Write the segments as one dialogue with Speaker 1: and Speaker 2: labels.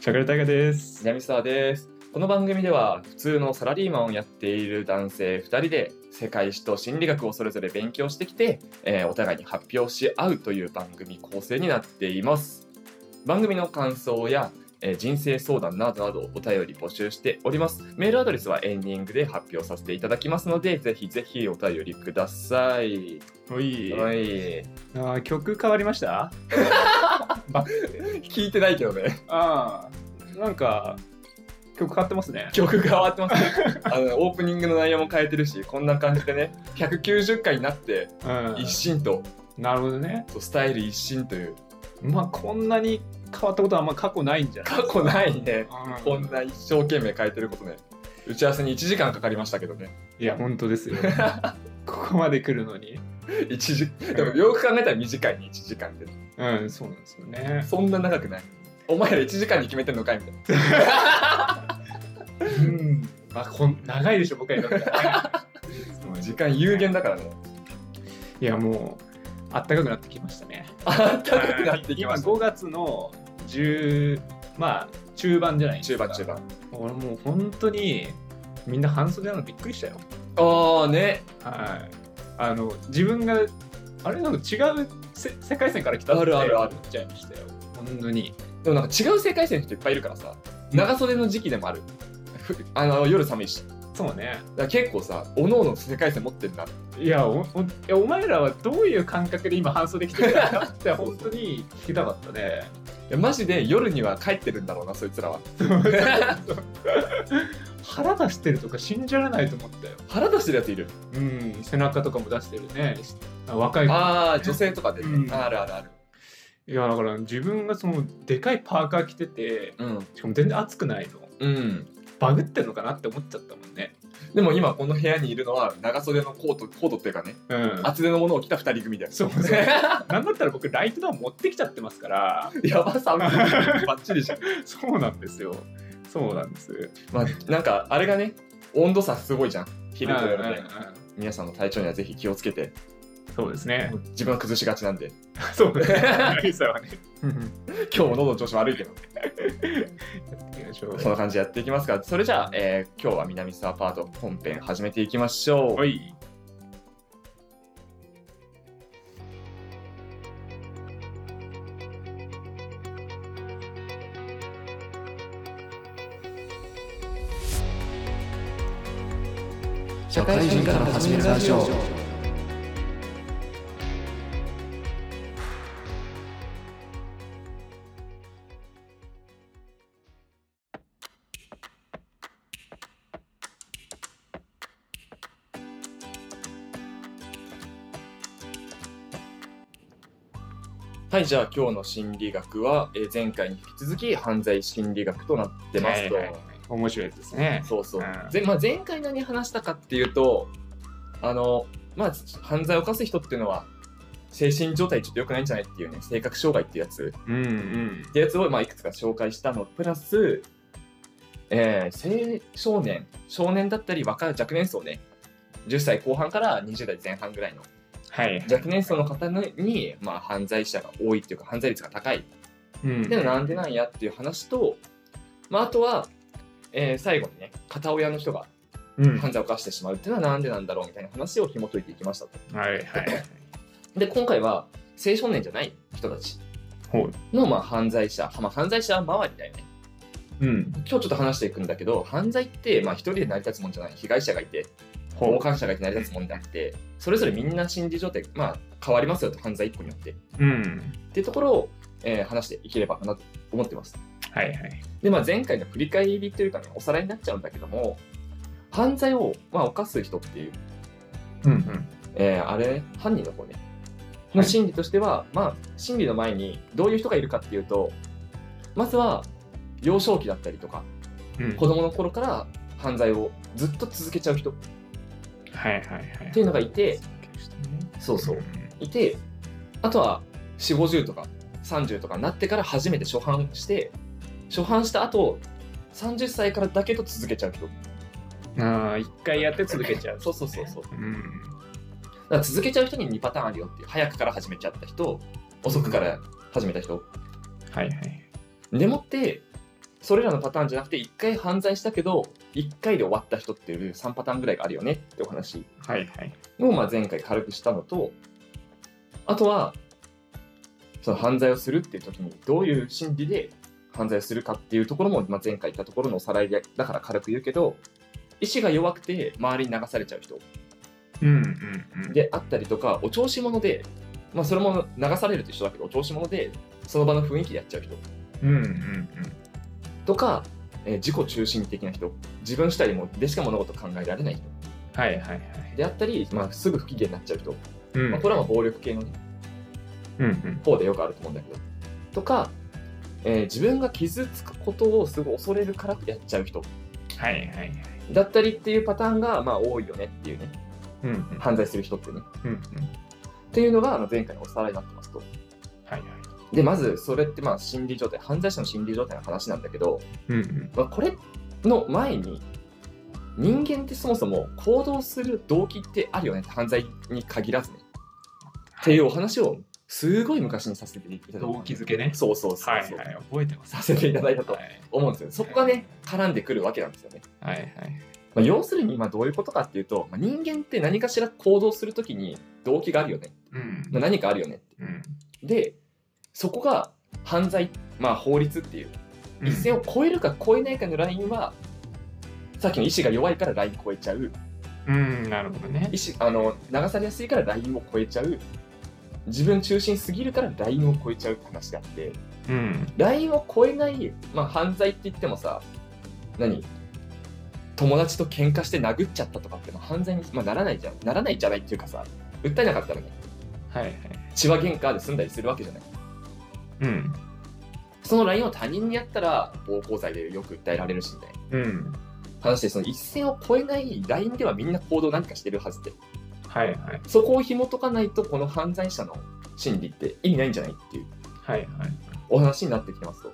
Speaker 1: しゃくれたいがです。
Speaker 2: 南沢ですこの番組では普通のサラリーマンをやっている男性2人で世界史と心理学をそれぞれ勉強してきて、えーお互いに発表し合うという番組構成になっています番組の感想や、えー人生相談などなどお便り募集しておりますメールアドレスはエンディングで発表させていただきますのでぜひぜひお便りください、
Speaker 1: おい。あ
Speaker 2: はい
Speaker 1: ー曲変わりました
Speaker 2: 聞いてないけどね
Speaker 1: ああ、なんか、曲変わってますね。
Speaker 2: 曲が変わってますね あのオープニングの内容も変えてるしこんな感じでね190回になって
Speaker 1: うん
Speaker 2: 一新と、
Speaker 1: なるほどね。
Speaker 2: そうスタイル一新という
Speaker 1: まあ、こんなに変わったことはあんま過去ないんじゃない
Speaker 2: 過去ないね
Speaker 1: う
Speaker 2: こ
Speaker 1: ん
Speaker 2: んな一生懸命変えてることね打ち合わせに1時間かかりましたけどね
Speaker 1: いや、本当です よ。ここまで来るのに。
Speaker 2: 一時でもよく考えたら短いね1時間で
Speaker 1: うん、そうなんですよね。
Speaker 2: そんな長くないお前ら1時間に決めてんのかいみたいな
Speaker 1: うん。まあ、こん長いでしょ、僕らにとって はね
Speaker 2: 時間有限だからね
Speaker 1: いや、もう、あったかくなってきましたね。
Speaker 2: あったかくなってきました
Speaker 1: 今5月の10まあ中盤じゃないです
Speaker 2: 中
Speaker 1: か
Speaker 2: 盤中盤
Speaker 1: 俺もう本当にみんな半袖なのびっくりしたよ
Speaker 2: ああね
Speaker 1: はいあの自分があれなんか違うせ世界線から来た
Speaker 2: あるあるある
Speaker 1: 思っちゃいましたよ本当に
Speaker 2: でもなんか違う世界線の人いっぱいいるからさ
Speaker 1: うん
Speaker 2: 長袖の時期でもあるふあの夜寒いし
Speaker 1: そうね
Speaker 2: だから結構さおのおの世界線持ってるない
Speaker 1: やおおいやお前らはどういう感覚で今半袖着てるんだろう って本当に聞きたかったね
Speaker 2: いやマジで夜には帰ってるんだろうなそいつらは
Speaker 1: 腹出してるとか信じられないと思ったよ
Speaker 2: 腹出してるやついる
Speaker 1: うん背中とかも出してるねあ若い子
Speaker 2: ああ女性とかで、ね
Speaker 1: うん
Speaker 2: あるあるある
Speaker 1: いやだから自分がそのでかいパーカー着てて
Speaker 2: うん
Speaker 1: しかも全然暑くないの
Speaker 2: うん
Speaker 1: バグってんのかなって思っちゃったもんね
Speaker 2: でも今この部屋にいるのは長袖のコートコートっていうかね
Speaker 1: うん
Speaker 2: 厚手のものを着た二人組だよ
Speaker 1: そうそうなんだったら僕ライトダウン持ってきちゃってますから
Speaker 2: やばさバッチリじゃん
Speaker 1: そうなんですよそうなんです
Speaker 2: まあなんかあれがね温度差すごいじゃん昼と夜
Speaker 1: うんうんう
Speaker 2: で
Speaker 1: ん
Speaker 2: 皆さんの体調にはぜひ気をつけて
Speaker 1: そうですね
Speaker 2: 自分は崩しがちなんで
Speaker 1: そうですねゆうさんはね
Speaker 2: 今日も喉の調子悪いけど
Speaker 1: 行きましょ
Speaker 2: そん
Speaker 1: う
Speaker 2: な感じでやっていきますがそれじゃあ、えー今日は南沢パート本編始めていきましょう
Speaker 1: はい
Speaker 2: 社会人から始めるラジオはいじゃあ今日の心理学は、えー前回に引き続き犯罪心理学となってますと、
Speaker 1: はいはいはい面白いですね
Speaker 2: そうそう、
Speaker 1: うん
Speaker 2: ぜまあ、前回何話したかっていうとあの、まあ、犯罪を犯す人っていうのは精神状態ちょっと良くないんじゃないっていうね性格障害っていうやつ
Speaker 1: うんうん
Speaker 2: ってやつを、まあ、いくつか紹介したのプラス、えー青少年少年だったり若い若年層ね10歳後半から20代前半ぐらいの
Speaker 1: はい
Speaker 2: 若年層の方に、まあ、犯罪者が多いっていうか犯罪率が高い
Speaker 1: うん
Speaker 2: でもなんでなんやっていう話と、まあ、あとは、えー最後にね片親の人が
Speaker 1: うんは
Speaker 2: 犯罪を犯してしまうっていうのはなんでなんだろうみたいな話を紐解いていきましたと。
Speaker 1: いはいはい
Speaker 2: で今回は青少年じゃない人たち
Speaker 1: ほ
Speaker 2: のまあ犯罪者、まあ、犯罪者周りだよね。
Speaker 1: ううん
Speaker 2: 今日ちょっと話していくんだけど犯罪ってまあ一人で成り立つもんじゃない被害者がいて傍観者がいて成り立つもんであってそれぞれみんな心理状態、まあ、変わりますよと犯罪一個によってっ
Speaker 1: うん
Speaker 2: ていうところを、えー話していければなと思ってます。
Speaker 1: はいはい
Speaker 2: で、まあ、前回の振り返りというかねおさらいになっちゃうんだけども犯罪を、まあ、犯す人っていう
Speaker 1: うんうん
Speaker 2: えーあれ犯人の方ねの心理としては、まあ心理の前にどういう人がいるかっていうとまずは幼少期だったりとか
Speaker 1: うん
Speaker 2: 子供の頃から犯罪をずっと続けちゃう人っ
Speaker 1: はいはいはい。
Speaker 2: ていうのがいてそうそういてあとは4 5 0とか30とかになってから初めて初犯して初犯した後30歳からだけど続けちゃう人
Speaker 1: ああ、一回やって続けちゃう。
Speaker 2: そうそうそうそう
Speaker 1: うん。
Speaker 2: だから続けちゃう人に2パターンあるよっていう早くから始めちゃった人遅くから始めた人
Speaker 1: はいはい。
Speaker 2: でもってそれらのパターンじゃなくて1回犯罪したけど1回で終わった人っていう3パターンぐらいがあるよねってお話
Speaker 3: はいはい。
Speaker 2: をまあ前回軽くしたのとあとはその犯罪をするっていう時にどういう心理で犯罪をするかっていうところも、まあ、前回言ったところのおさらいでだから軽く言うけど意志が弱くて周りに流されちゃう人
Speaker 3: うんうんうん。
Speaker 2: であったりとかお調子者で、まあ、それも流されると一緒だけどお調子者でその場の雰囲気でやっちゃう人
Speaker 3: うんうんうん。
Speaker 2: とか、えー自己中心的な人自分主体でもでしか物事考えられない人
Speaker 3: はいはいはい。
Speaker 2: であったり、まあ、すぐ不機嫌になっちゃう人、
Speaker 3: うん
Speaker 2: まあ、これはまあ暴力系の、ね、
Speaker 3: うんうん。
Speaker 2: 方でよくあると思うんだけどとか、えー自分が傷つくことをすごい恐れるからやっちゃう人
Speaker 3: はいはいはい。
Speaker 2: だったりっていうパターンがまあ多いよねっていうね
Speaker 3: うんうん。
Speaker 2: 犯罪する人ってね
Speaker 3: うんうん。
Speaker 2: っていうのがあの前回のおさらいになってますと
Speaker 3: はいはい。
Speaker 2: でまずそれってまあ心理状態犯罪者の心理状態の話なんだけど、
Speaker 3: うんうん。
Speaker 2: まあ、これの前に人間ってそもそも行動する動機ってあるよねって犯罪に限らずね、っていうお話をすごい昔にさせていただいた
Speaker 3: 動機づけね
Speaker 2: そうそうそう
Speaker 3: はい
Speaker 2: そう、
Speaker 3: はい。覚えてます。
Speaker 2: させていただいたと
Speaker 3: はい
Speaker 2: 思うんですよそこがね絡んでくるわけなんですよね、
Speaker 3: はいはい。
Speaker 2: まあ、要するに今どういうことかっていうと、まあ、人間って何かしら行動するときに動機があるよね、
Speaker 3: うん
Speaker 2: まあ、何かあるよね
Speaker 3: うん。
Speaker 2: でそこが犯罪まあ法律っていう
Speaker 3: うん
Speaker 2: 一線を超えるか超えないかのラインは、さっきの意志が弱いからライン超えちゃう
Speaker 3: うん、なるほどね
Speaker 2: 意。思あの流されやすいからラインを超えちゃう自分中心すぎるからラインを超えちゃうって話があって
Speaker 3: うん。
Speaker 2: ラインを超えない、まあ、犯罪って言ってもさ何友達と喧嘩して殴っちゃったとかって、まあ、犯罪に、まあ、ならないじゃんならないじゃないっていうかさ訴えなかったらね
Speaker 3: はいはい。
Speaker 2: 血は喧嘩で済んだりするわけじゃない
Speaker 3: うん。
Speaker 2: そのラインを他人にやったら暴行罪でよく訴えられるしみたい
Speaker 3: う
Speaker 2: な
Speaker 3: ん。
Speaker 2: 話でその一線を越えないラインではみんな行動何かしてるはずで
Speaker 3: はいはい。
Speaker 2: そこを紐解かないとこの犯罪者の心理って意味ないんじゃないっていう
Speaker 3: はいはい。
Speaker 2: お話になってきてますと。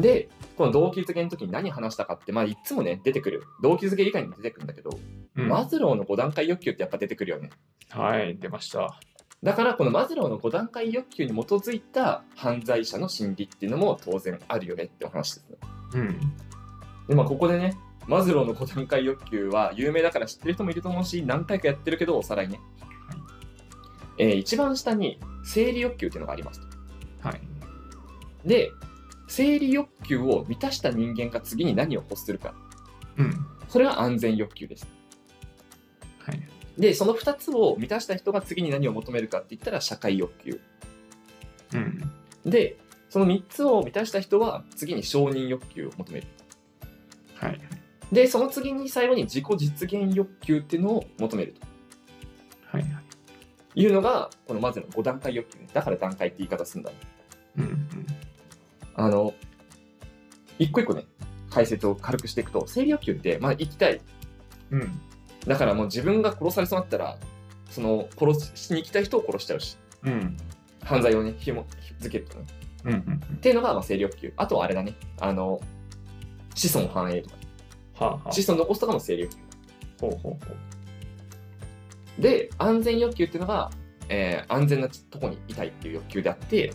Speaker 2: で、この動機づけの時に何話したかって、まあ、いつもね、出てくる。動機づけ以外にも出てくるんだけど、
Speaker 3: うん
Speaker 2: マズローの5段階欲求ってやっぱ出てくるよね。
Speaker 3: はい、出ました。
Speaker 2: だから、このマズローの5段階欲求に基づいた犯罪者の心理っていうのも当然あるよねってお話ですね。
Speaker 3: うん。
Speaker 2: で、まあ、ここでね、マズローの5段階欲求は有名だから知ってる人もいると思うし、何回かやってるけど、おさらいね。えー一番下に生理欲求っていうのがありますと。
Speaker 3: はい。
Speaker 2: で、生理欲求を満たした人間が次に何を欲するか。
Speaker 3: うん。
Speaker 2: それは安全欲求です。
Speaker 3: はい。
Speaker 2: で、その2つを満たした人が次に何を求めるかって言ったら社会欲求。
Speaker 3: うん。
Speaker 2: で、その3つを満たした人は次に承認欲求を求める。
Speaker 3: はい。
Speaker 2: で、その次に最後に自己実現欲求っていうのを求めると
Speaker 3: はい。
Speaker 2: いうのが、このまずの5段階欲求ね。だから段階って言い方するんだね。
Speaker 3: うん。
Speaker 2: あの、一個一個ね、解説を軽くしていくと、生理欲求って、まあ、生きたい。
Speaker 3: うん。
Speaker 2: だからもう自分が殺されそうになったら、その殺しに行きたい人を殺しちゃうし、
Speaker 3: うん。
Speaker 2: 犯罪をね、紐づけるとね。
Speaker 3: うん。うん。
Speaker 2: っていうのがまあ生理欲求。あとはあれだね、あの、子孫繁栄とか、
Speaker 3: はあ、はあ。
Speaker 2: 子孫残すとかも生理欲求。
Speaker 3: ほうほうほ
Speaker 2: で、安全欲求っていうのが、えー安全なとこにいたいっていう欲求であって、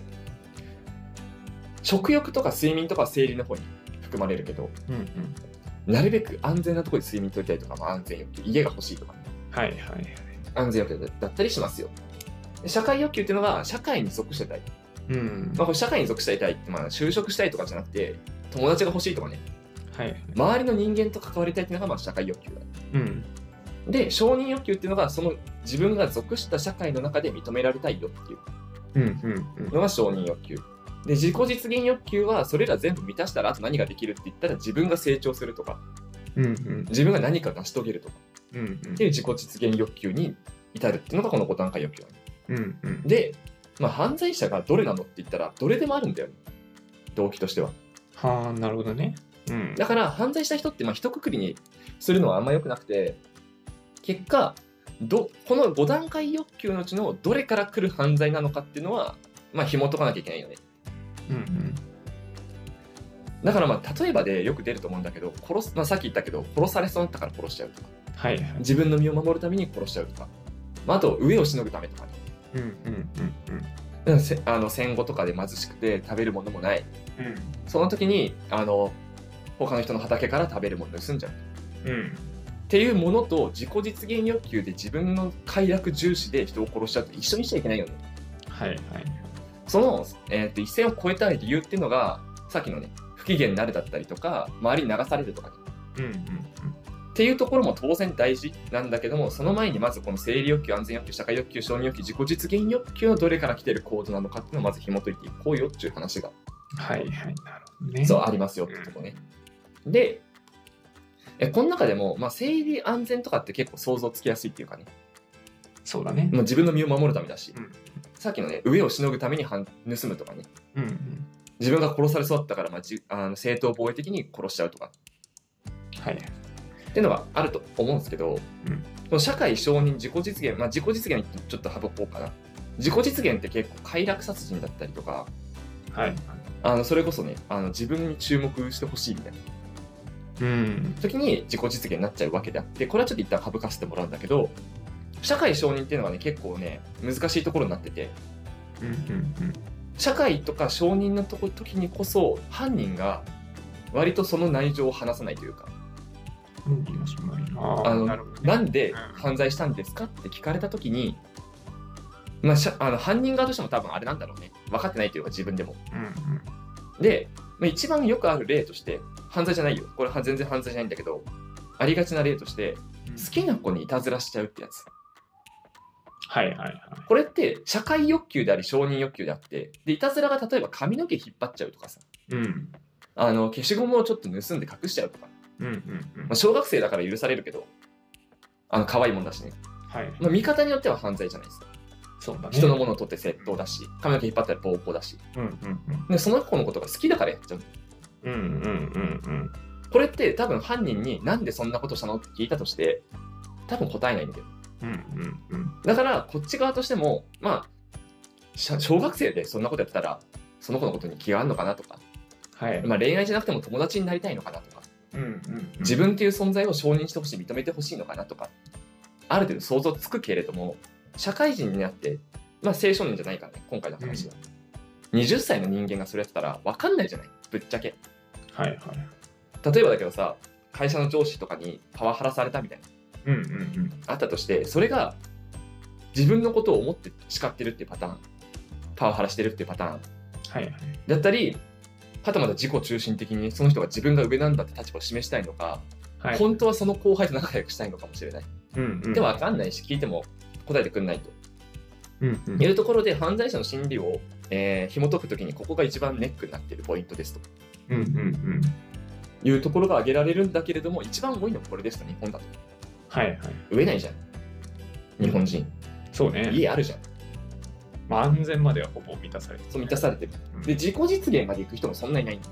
Speaker 2: 食欲とか睡眠とかは生理の方に含まれるけど、
Speaker 3: う。うん。うん。
Speaker 2: なるべく安全なところで睡眠取りたいとか、まあ、安全欲求、家が欲しいとか、
Speaker 3: はいはいはい。
Speaker 2: 安全欲求だったりしますよ。で社会欲求っていうのが、社会に属してたい。
Speaker 3: うん。
Speaker 2: まあ、これ社会に属していたいって、まあ、就職したいとかじゃなくて、友達が欲しいとかね、
Speaker 3: はい。
Speaker 2: 周りの人間と関わりたいっていうのが、まあ、社会欲求だ。
Speaker 3: うん。
Speaker 2: で、承認欲求っていうのが、その自分が属した社会の中で認められたいよっていう
Speaker 3: うん。うん。
Speaker 2: のが承認欲求。で、自己実現欲求は、それら全部満たしたら、あと何ができるって言ったら、自分が成長するとか、
Speaker 3: うん。うん。
Speaker 2: 自分が何かを成し遂げるとか、
Speaker 3: うん。
Speaker 2: っていう自己実現欲求に至るっていうのが、この5段階欲求なの。
Speaker 3: うん。うん。
Speaker 2: で、まあ、犯罪者がどれなのって言ったら、どれでもあるんだよね。動機としては。
Speaker 3: はあ、なるほどね。うん。
Speaker 2: だから犯罪した人ってまあ一括りにするのはあんま良くなくて結果どこの5段階欲求のうちのどれから来る犯罪なのかっていうのはまあ紐解かなきゃいけないよね
Speaker 3: うん。
Speaker 2: だからまあ例えばでよく出ると思うんだけど殺す、まあ、さっき言ったけど殺されそうになったから殺しちゃうとか
Speaker 3: はいはい。
Speaker 2: 自分の身を守るために殺しちゃうとか、まあ、あと飢えをしのぐためとかね
Speaker 3: うん。うん。うん。
Speaker 2: うんせあの戦後とかで貧しくて食べるものもないその時にあの他の人の畑から食べるものを盗んじゃう
Speaker 3: うんうん
Speaker 2: っていうものと自己実現欲求で自分の快楽重視で人を殺しちゃうって一緒にしちゃいけないよね
Speaker 3: はいはい
Speaker 2: その、えーと一線を越えたい理由っていうのがさっきのね不機嫌になるだったりとか周りに流されるとかね
Speaker 3: うんうん
Speaker 2: っていうところも当然大事なんだけどもその前にまずこの生理欲求安全欲求社会欲求承認欲求自己実現欲求のどれから来てる構図なのかっていうのをまず紐解いていこうよっていう話が
Speaker 3: はいはいなるほどね
Speaker 2: そうありますよってとこね。でえこの中でも、まあ、生理安全とかって結構想像つきやすいっていうかね
Speaker 3: そうだね
Speaker 2: もう自分の身を守るためだし、
Speaker 3: うん
Speaker 2: さっきのね上をしのぐためにはん盗むとかね
Speaker 3: うんうん
Speaker 2: 自分が殺されそうだったから、まあ、じあの正当防衛的に殺しちゃうとか
Speaker 3: はい
Speaker 2: っていうのがあると思うんですけど、
Speaker 3: うん
Speaker 2: その社会承認自己実現、まあ、自己実現ってちょっと省こうかな自己実現って結構快楽殺人だったりとか
Speaker 3: はい
Speaker 2: あのそれこそねあの自分に注目してほしいみたいな
Speaker 3: うん
Speaker 2: 時に自己実現になっちゃうわけであってこれはちょっと一旦省かせてもらうんだけど社会承認っていうのはね結構ね難しいところになってて
Speaker 3: うんうん
Speaker 2: 社会とか承認のとこ時にこそ犯人が割とその内情を話さないというか
Speaker 3: うんうんいやそうなんやあ
Speaker 2: あの
Speaker 3: なるほどね
Speaker 2: なんで
Speaker 3: うん
Speaker 2: 犯罪したんですかって聞かれた時に、まあ、しゃあの犯人側としても多分あれなんだろうね分かってないというか自分でも
Speaker 3: うんうん
Speaker 2: で、まあ、一番よくある例として犯罪じゃないよこれは全然犯罪じゃないんだけどありがちな例として好きな子にいたずらしちゃうってやつ
Speaker 3: はいはいはい
Speaker 2: これって社会欲求であり承認欲求であってでいたずらが例えば髪の毛引っ張っちゃうとかさ
Speaker 3: うん
Speaker 2: あの消しゴムをちょっと盗んで隠しちゃうとか、
Speaker 3: うんうんうん
Speaker 2: まあ、小学生だから許されるけどあの可愛いもんだしね、
Speaker 3: はい
Speaker 2: まあ、見方によっては犯罪じゃないですか
Speaker 3: そうだね
Speaker 2: 人のものを取って窃盗だし髪の毛引っ張ったら暴行だし
Speaker 3: うんうん
Speaker 2: でその子のことが好きだからやっちゃう
Speaker 3: うんうんうんうんうん
Speaker 2: これって多分犯人になんでそんなことしたのって聞いたとして多分答えないんだよ
Speaker 3: うんうんうん
Speaker 2: だからこっち側としてもまあしゃ小学生でそんなことやってたらその子のことに気があるのかなとか、
Speaker 3: はい
Speaker 2: まあ、恋愛じゃなくても友達になりたいのかなとか
Speaker 3: うんうん
Speaker 2: 自分っていう存在を承認してほしい認めてほしいのかなとかある程度想像つくけれども社会人になってまあ青少年じゃないからね今回の話は、20歳の人間がそれやってたら分かんないじゃないぶっちゃけ
Speaker 3: はいはい
Speaker 2: 例えばだけどさ会社の上司とかにパワハラされたみたいな
Speaker 3: うんうんうん
Speaker 2: あったとしてそれが自分のことを思って叱ってるっていうパターンパワハラしてるっていうパターン
Speaker 3: はいはい
Speaker 2: だったりはたまた自己中心的にその人が自分が上なんだって立場を示したいのか、
Speaker 3: はい
Speaker 2: 本当はその後輩と仲良くしたいのかもしれない、
Speaker 3: うんうん
Speaker 2: でも分かんないし聞いても答えてくんないと
Speaker 3: うんうん
Speaker 2: いうところで犯罪者の心理を、えー、紐解くときにここが一番ネックになっているポイントですと
Speaker 3: うんうんうん
Speaker 2: いうところが挙げられるんだけれども一番多いのはこれですと日本だと
Speaker 3: はいはい
Speaker 2: 植えないじゃん日本人
Speaker 3: そうね
Speaker 2: 家あるじゃん
Speaker 3: まあ安全まではほぼ満たされて
Speaker 2: そう満たされてる
Speaker 3: うん
Speaker 2: で自己実現まで行く人もそんなにないんだ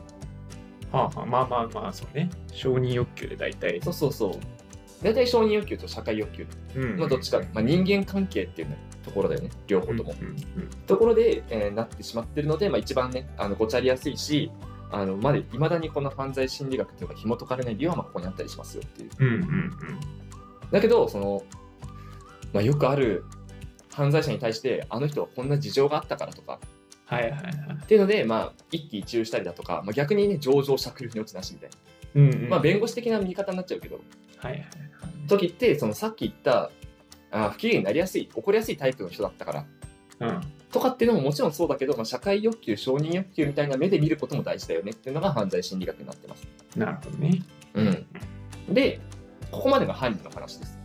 Speaker 3: はあはあまあまあまあそうね承認欲求で大体
Speaker 2: そうそうそう大体承認欲求と社会欲求
Speaker 3: うん
Speaker 2: のどっちか、まあ、人間関係っていうところだよね両方とも、
Speaker 3: うんうん
Speaker 2: ところで、えーなってしまってるので、まあ、一番ねあのごちゃりやすいしあのまだいまだにこの犯罪心理学というのが紐解かれない理由はまあここにあったりしますよっていう
Speaker 3: うんうんうん
Speaker 2: だけどその、まあ、よくある犯罪者に対してあの人はこんな事情があったからとか
Speaker 3: はいはいはい
Speaker 2: っていうので、まあ、一喜一憂したりだとか、まあ、逆にね情状酌量に落ちなしみたいな、
Speaker 3: うんうん
Speaker 2: まあ、弁護士的な見方になっちゃうけど
Speaker 3: はいはい
Speaker 2: 時ってそのさっき言ったあー不機嫌になりやすい怒りやすいタイプの人だったから
Speaker 3: うん
Speaker 2: とかっていうのももちろんそうだけど、まあ、社会欲求承認欲求みたいな目で見ることも大事だよねっていうのが犯罪心理学になってます。
Speaker 3: なるほどね
Speaker 2: うん、でここまでが犯人の話です。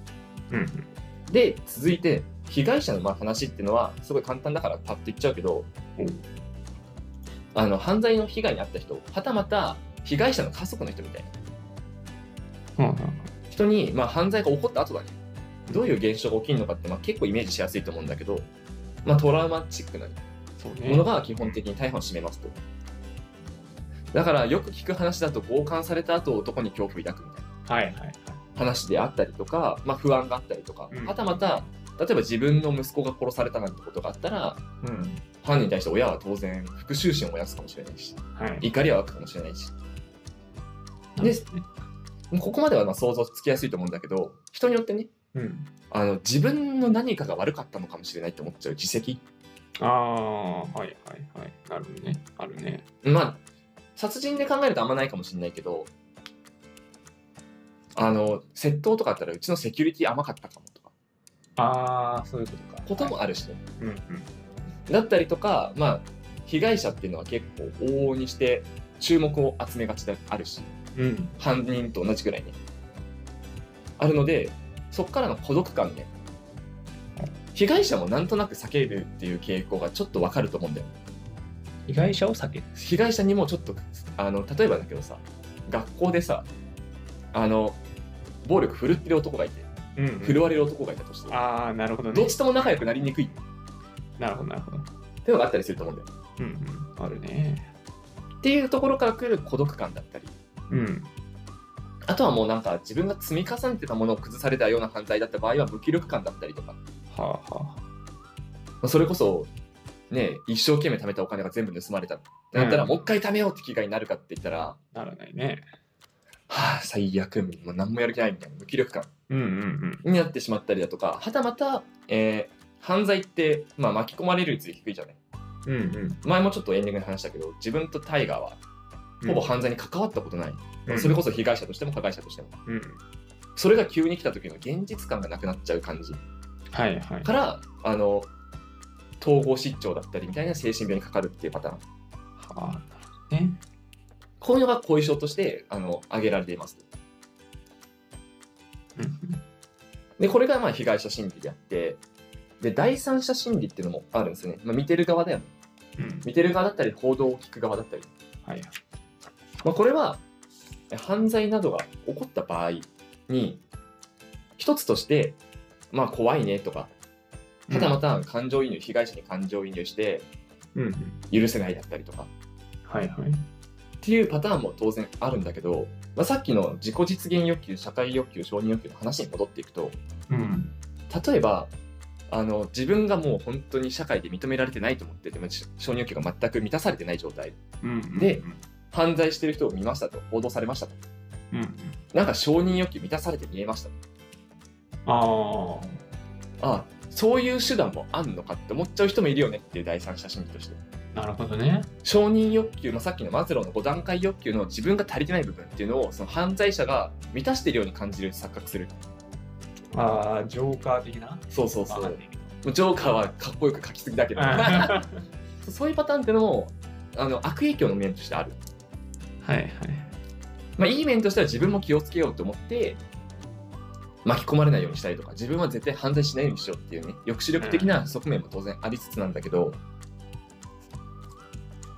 Speaker 3: うん
Speaker 2: で続いて被害者のまあ話っていうのはすごい簡単だからパッと言っちゃうけど
Speaker 3: うん
Speaker 2: あの犯罪の被害に遭った人はたまた被害者の家族の人みたい
Speaker 3: う
Speaker 2: な
Speaker 3: ん
Speaker 2: 人に、まあ、犯罪が起こった後だねどういう現象が起きるのかって、まあ、結構イメージしやすいと思うんだけど、まあ、トラウマチックな
Speaker 3: そう
Speaker 2: も
Speaker 3: ね
Speaker 2: のが基本的に大半を占めますと。だからよく聞く話だと強姦された後男に恐怖を抱くみた
Speaker 3: は
Speaker 2: いな
Speaker 3: いはいはい
Speaker 2: 話であったりとか、まあ、不安があったりとか、
Speaker 3: うん
Speaker 2: はたまた例えば自分の息子が殺されたなんてことがあったら
Speaker 3: うん
Speaker 2: 犯人に対して親は当然復讐心を燃やすかもしれないし
Speaker 3: はい
Speaker 2: 怒りは湧くかもしれないし
Speaker 3: で
Speaker 2: でここまではまあ想像つきやすいと思うんだけど人によってね
Speaker 3: うん
Speaker 2: あの自分の何かが悪かったのかもしれないって思っちゃう自責
Speaker 1: ああ、はいはいはい。なるほどね。あるね。
Speaker 2: まあ殺人で考えるとあんまないかもしれないけどあの窃盗とかあったらうちのセキュリティ甘かったかもとか
Speaker 1: ああ、そういうことか。
Speaker 2: こともあるしね、
Speaker 1: うんうん。
Speaker 2: だったりとかまあ被害者っていうのは結構往々にして注目を集めがちであるし
Speaker 1: うん。
Speaker 2: 犯人と同じくらいねあるのでそこからの孤独感ね被害者もなんとなく避けるっていう傾向がちょっとわかると思うんだよ
Speaker 1: 被害者を避ける。
Speaker 2: 被害者にもちょっとあの例えばだけどさ学校でさあの暴力振るってる男がいて
Speaker 1: うん、
Speaker 2: 振るわれる男がいたとして、
Speaker 1: ああ、なるほど
Speaker 2: ど
Speaker 1: ね
Speaker 2: っ。ちとも仲良くなりにくいってい
Speaker 1: なるほど、なるほど。
Speaker 2: うのがあったりすると思うんだよ
Speaker 1: うんうん。あるね。
Speaker 2: っていうところから来る孤独感だったり
Speaker 1: うん。
Speaker 2: あとはもうなんか自分が積み重ねてたものを崩されたような犯罪だった場合は無気力感だったりとか
Speaker 1: はあはあは
Speaker 2: まあそれこそ、ね、一生懸命貯めたお金が全部盗まれたってなったら、
Speaker 1: うん
Speaker 2: もう一回貯めようって気概になるかって言ったら、は
Speaker 1: あ。ならないね。
Speaker 2: あ、最悪、もう何もやる気ないみたいな無気力感
Speaker 1: うんうん
Speaker 2: になってしまったりだとか、はたまた、えー犯罪って、まあ、巻き込まれる率低いじゃない。
Speaker 1: うん。うんうん。
Speaker 2: 前もちょっとエンディングで話したけど、自分とタイガーはほぼ犯罪に関わったことない。それこそ被害者としても加害者としても。
Speaker 1: うん。うん。
Speaker 2: それが急に来た時の現実感がなくなっちゃう感じ
Speaker 1: はいはい。
Speaker 2: から、あの、統合失調だったりみたいな精神病にかかるっていうパターン。
Speaker 1: はあ、なるほどね。
Speaker 2: こういうのが後遺症としてあの挙げられています。
Speaker 1: うん
Speaker 2: で、これがまあ被害者心理であって、で、第三者心理っていうのもあるんですよね。まあ、見てる側だよね。
Speaker 1: うん。
Speaker 2: 見てる側だったり、報道を聞く側だったり。
Speaker 1: はいはい。
Speaker 2: まあ、これは、え犯罪などが起こった場合に、一つとして、まあ怖いねとか、はたまた感情移入、被害者に感情移入して
Speaker 1: うんうん。
Speaker 2: 許せないだったりとか、
Speaker 1: はいはい。
Speaker 2: っていうパターンも当然あるんだけど、まあ、さっきの自己実現欲求、社会欲求、承認欲求の話に戻っていくと、
Speaker 1: うん。
Speaker 2: 例えばあの自分がもう本当に社会で認められてないと思っててまあし承認欲求が全く満たされてない状態
Speaker 1: うんうん。
Speaker 2: で犯罪してる人を見ましたと報道されましたと
Speaker 1: うんうん。
Speaker 2: なんか承認欲求満たされて見えましたと
Speaker 1: ああ。
Speaker 2: ああそういう手段もあんのかって思っちゃう人もいるよねっていう第三者心理として
Speaker 1: なるほどね。
Speaker 2: 承認欲求、まあ、さっきのマズローの5段階欲求の自分が足りてない部分っていうのをその犯罪者が満たしてるように感じる錯覚する
Speaker 1: ああ、ジョーカー的な。
Speaker 2: そうそうそ
Speaker 1: わかん
Speaker 2: う
Speaker 1: ない
Speaker 2: ジョーカーはかっこよく書きすぎだ
Speaker 1: け
Speaker 2: け ど
Speaker 1: どは
Speaker 2: そういうパターンっていうのもあの悪影響の面としてある
Speaker 1: い はい。
Speaker 2: まあ、いい面としては自分も気をつけようと思って巻き込まれないようにしたりとか自分は絶対犯罪しないようにしようっていうね抑止力的な側面も当然ありつつなんだけど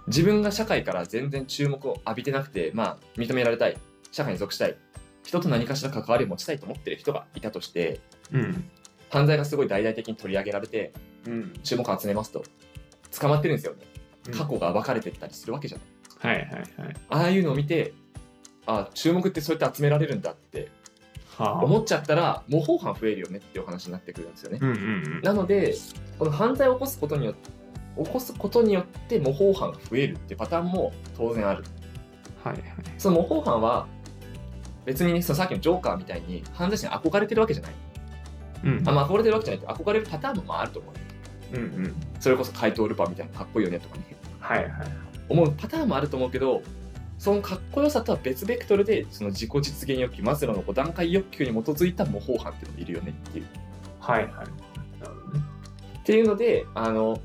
Speaker 2: 自分が社会から全然注目を浴びてなくて、まあ、認められたい社会に属したい人と何かしら関わりを持ちたいと思ってる人がいたとして
Speaker 1: うん。
Speaker 2: 犯罪がすごい大々的に取り上げられて
Speaker 1: うん。
Speaker 2: 注目を集めますと捕まってるんですよね
Speaker 1: うん
Speaker 2: 過去が暴かれてったりするわけじゃない
Speaker 1: はいはいはい。
Speaker 2: ああいうのを見てああ注目ってそうやって集められるんだって
Speaker 1: はあ。
Speaker 2: 思っちゃったら模倣犯増えるよねっていう話になってくるんですよね。
Speaker 1: うんうんうん。
Speaker 2: なのでこの犯罪を起こすことによって起こすことによって模倣犯が増えるってパターンも当然ある。
Speaker 1: はいはい。
Speaker 2: その模倣犯は別にねそのさっきのジョーカーみたいに犯罪者に憧れてるわけじゃない。
Speaker 1: うん
Speaker 2: あんまあ憧れてるわけじゃないって憧れるパターンもあると思うよ。
Speaker 1: うんうん。
Speaker 2: それこそ怪盗ルパンみたいなかっこいいよねとかね
Speaker 1: はいはい。
Speaker 2: 思うパターンもあると思うけどそのかっこよさとは別ベクトルでその自己実現欲求マズローの5段階欲求に基づいた模倣犯っていうのもいるよねっていう。
Speaker 1: はいはい。なるほどね。
Speaker 2: っていうのであの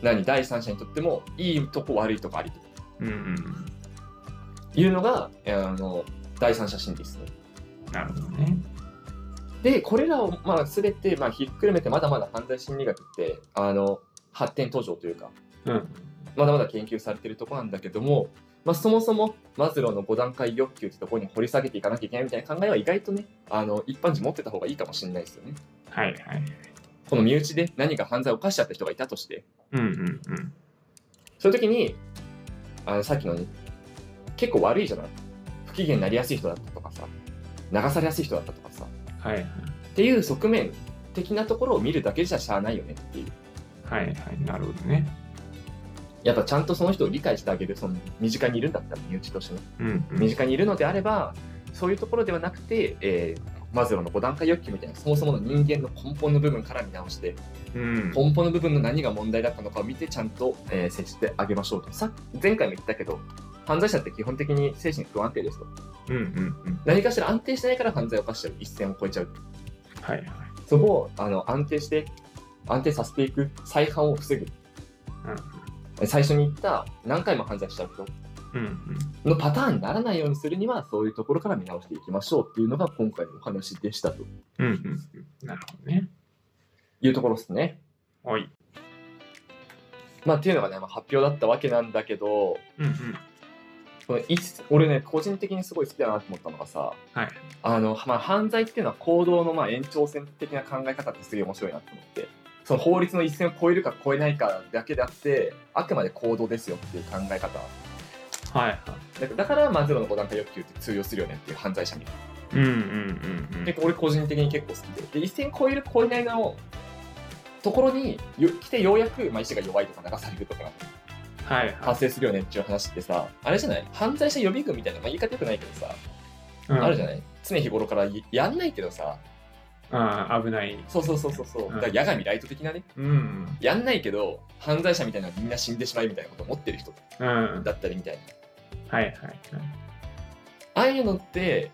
Speaker 2: 何第三者にとってもいいとこ悪いとこありと
Speaker 1: うん
Speaker 2: いうのがあの第三者心理ですね。
Speaker 1: うん。なるほどね。
Speaker 2: でこれらを、まあ、全て、まあ、ひっくるめてまだまだ犯罪心理学ってあの発展途上というか
Speaker 1: うん。
Speaker 2: まだまだ研究されてるとこなんだけども、まあ、そもそもマズローの5段階欲求ってところに掘り下げていかなきゃいけないみたいな考えは意外とねあの一般人持ってた方がいいかもしれないですよね。
Speaker 1: はいはい。
Speaker 2: この身内で何か犯罪を犯しちゃった人がいたとして
Speaker 1: うんうんうん。
Speaker 2: そういう時に、あのさっきのね、結構悪いじゃない不機嫌になりやすい人だったとかさ、流されやすい人だったとかさ、
Speaker 1: はいはい。
Speaker 2: っていう側面的なところを見るだけじゃしゃあないよねっていう。
Speaker 1: はいはい。なるほどね。
Speaker 2: やっぱちゃんとその人を理解してあげる、その身近にいるんだったら、身内としてね。
Speaker 1: うんう
Speaker 2: 身
Speaker 1: ん。
Speaker 2: 近にいるのであれば、そういうところではなくて、えーマズローの5段階欲求みたいなそもそもの人間の根本の部分から見直して
Speaker 1: うん。
Speaker 2: 根本の部分の何が問題だったのかを見てちゃんと、えー接してあげましょうとさ前回も言ったけど犯罪者って基本的に精神不安定ですと
Speaker 1: うんうんうん。
Speaker 2: 何かしら安定してないから犯罪を犯しちゃう一線を越えちゃう
Speaker 1: はいはい。
Speaker 2: そこをあの安定して安定させていく再犯を防ぐ最初に言った何回も犯罪しちゃう人
Speaker 1: うんうん。
Speaker 2: のパターンにならないようにするにはそういうところから見直していきましょうっていうのが今回のお話でしたと
Speaker 1: うんうんうん。なるほどね。
Speaker 2: いうところですね。
Speaker 1: はい。
Speaker 2: まあ、っていうのがね、まあ、発表だったわけなんだけど
Speaker 1: うんうん。
Speaker 2: このい俺ね個人的にすごい好きだなと思ったのがさ
Speaker 1: はい。
Speaker 2: あの、まあ、犯罪っていうのは行動のまあ延長線的な考え方ってすげえ面白いなと思ってその法律の一線を越えるか越えないかだけであってあくまで行動ですよっていう考え方
Speaker 1: はいはい。
Speaker 2: だだからマズローの5段階欲求って通用するよねっていう犯罪者に
Speaker 1: うんうんうんうん。
Speaker 2: で俺個人的に結構好きでで一線超える超えないのところによ来てようやく、まあ、意志が弱いとか流されるとか
Speaker 1: はいはい。
Speaker 2: 発生するよねっていう話ってさあれじゃない犯罪者予備軍みたいな、まあ、言い方よくないけどさ、
Speaker 1: うん
Speaker 2: あるじゃない常日頃からいやんないけどさ
Speaker 1: ああ、危ない。
Speaker 2: そうそうそうそうそう
Speaker 1: うん
Speaker 2: だから野外ライト的なね
Speaker 1: うん。
Speaker 2: やんないけど犯罪者みたいなのはみんな死んでしまいみたいなこと思ってる人
Speaker 1: うん。はい
Speaker 2: だったりみたいな
Speaker 1: はいはい。
Speaker 2: ああいうのって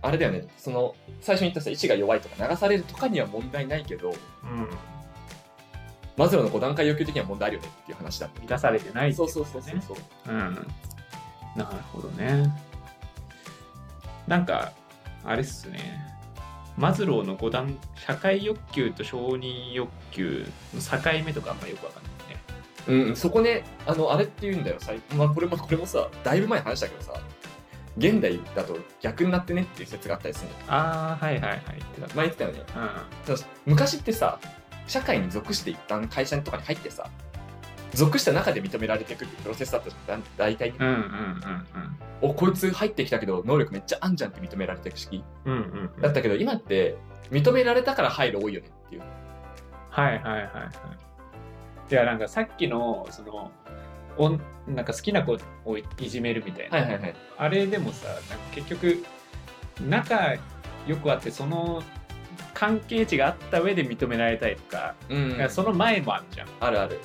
Speaker 2: あれだよねその最初に言ったさ意志が弱いとか流されるとかには問題ないけど
Speaker 1: うん。
Speaker 2: マズローの5段階要求的には問題あるよねっていう話だ
Speaker 1: 満たされてない。
Speaker 2: そうそうそうそうそう。
Speaker 1: うん。なるほどね。なんか、あれっすね。マズローの五段、社会欲求と承認欲求の境目とかあんまよくわかんないね。
Speaker 2: うん、そこね、あの、あれって言うんだよ、最まあ、これも、これもさ、だいぶ前に話したけどさ、現代だと逆になってねっていう説があったりするんだよ。
Speaker 1: ああ、はいはいはい。ってな
Speaker 2: 前言ってたよね。ただ昔ってさ、社会に属して一旦会社とかに入ってさ、属した中で認められていくっていうプロセスだったじゃん、だ大体ね。
Speaker 1: うんうん
Speaker 2: お、こいつ入ってきたけど、能力めっちゃあんじゃんって認められていく式
Speaker 1: うんうん。うんうん、うん。
Speaker 2: だったけど、今って、認められたから入る多いよねっていう。
Speaker 1: はいはいはいはい。いやなんかさっきのそのおんなんか好きな子をいじめるみたいな、
Speaker 2: はいはいはい。
Speaker 1: あれでもさなんか結局仲良くあってその関係値があった上で認められたいとか,、
Speaker 2: うん、
Speaker 1: その前もあるじゃん
Speaker 2: あるある。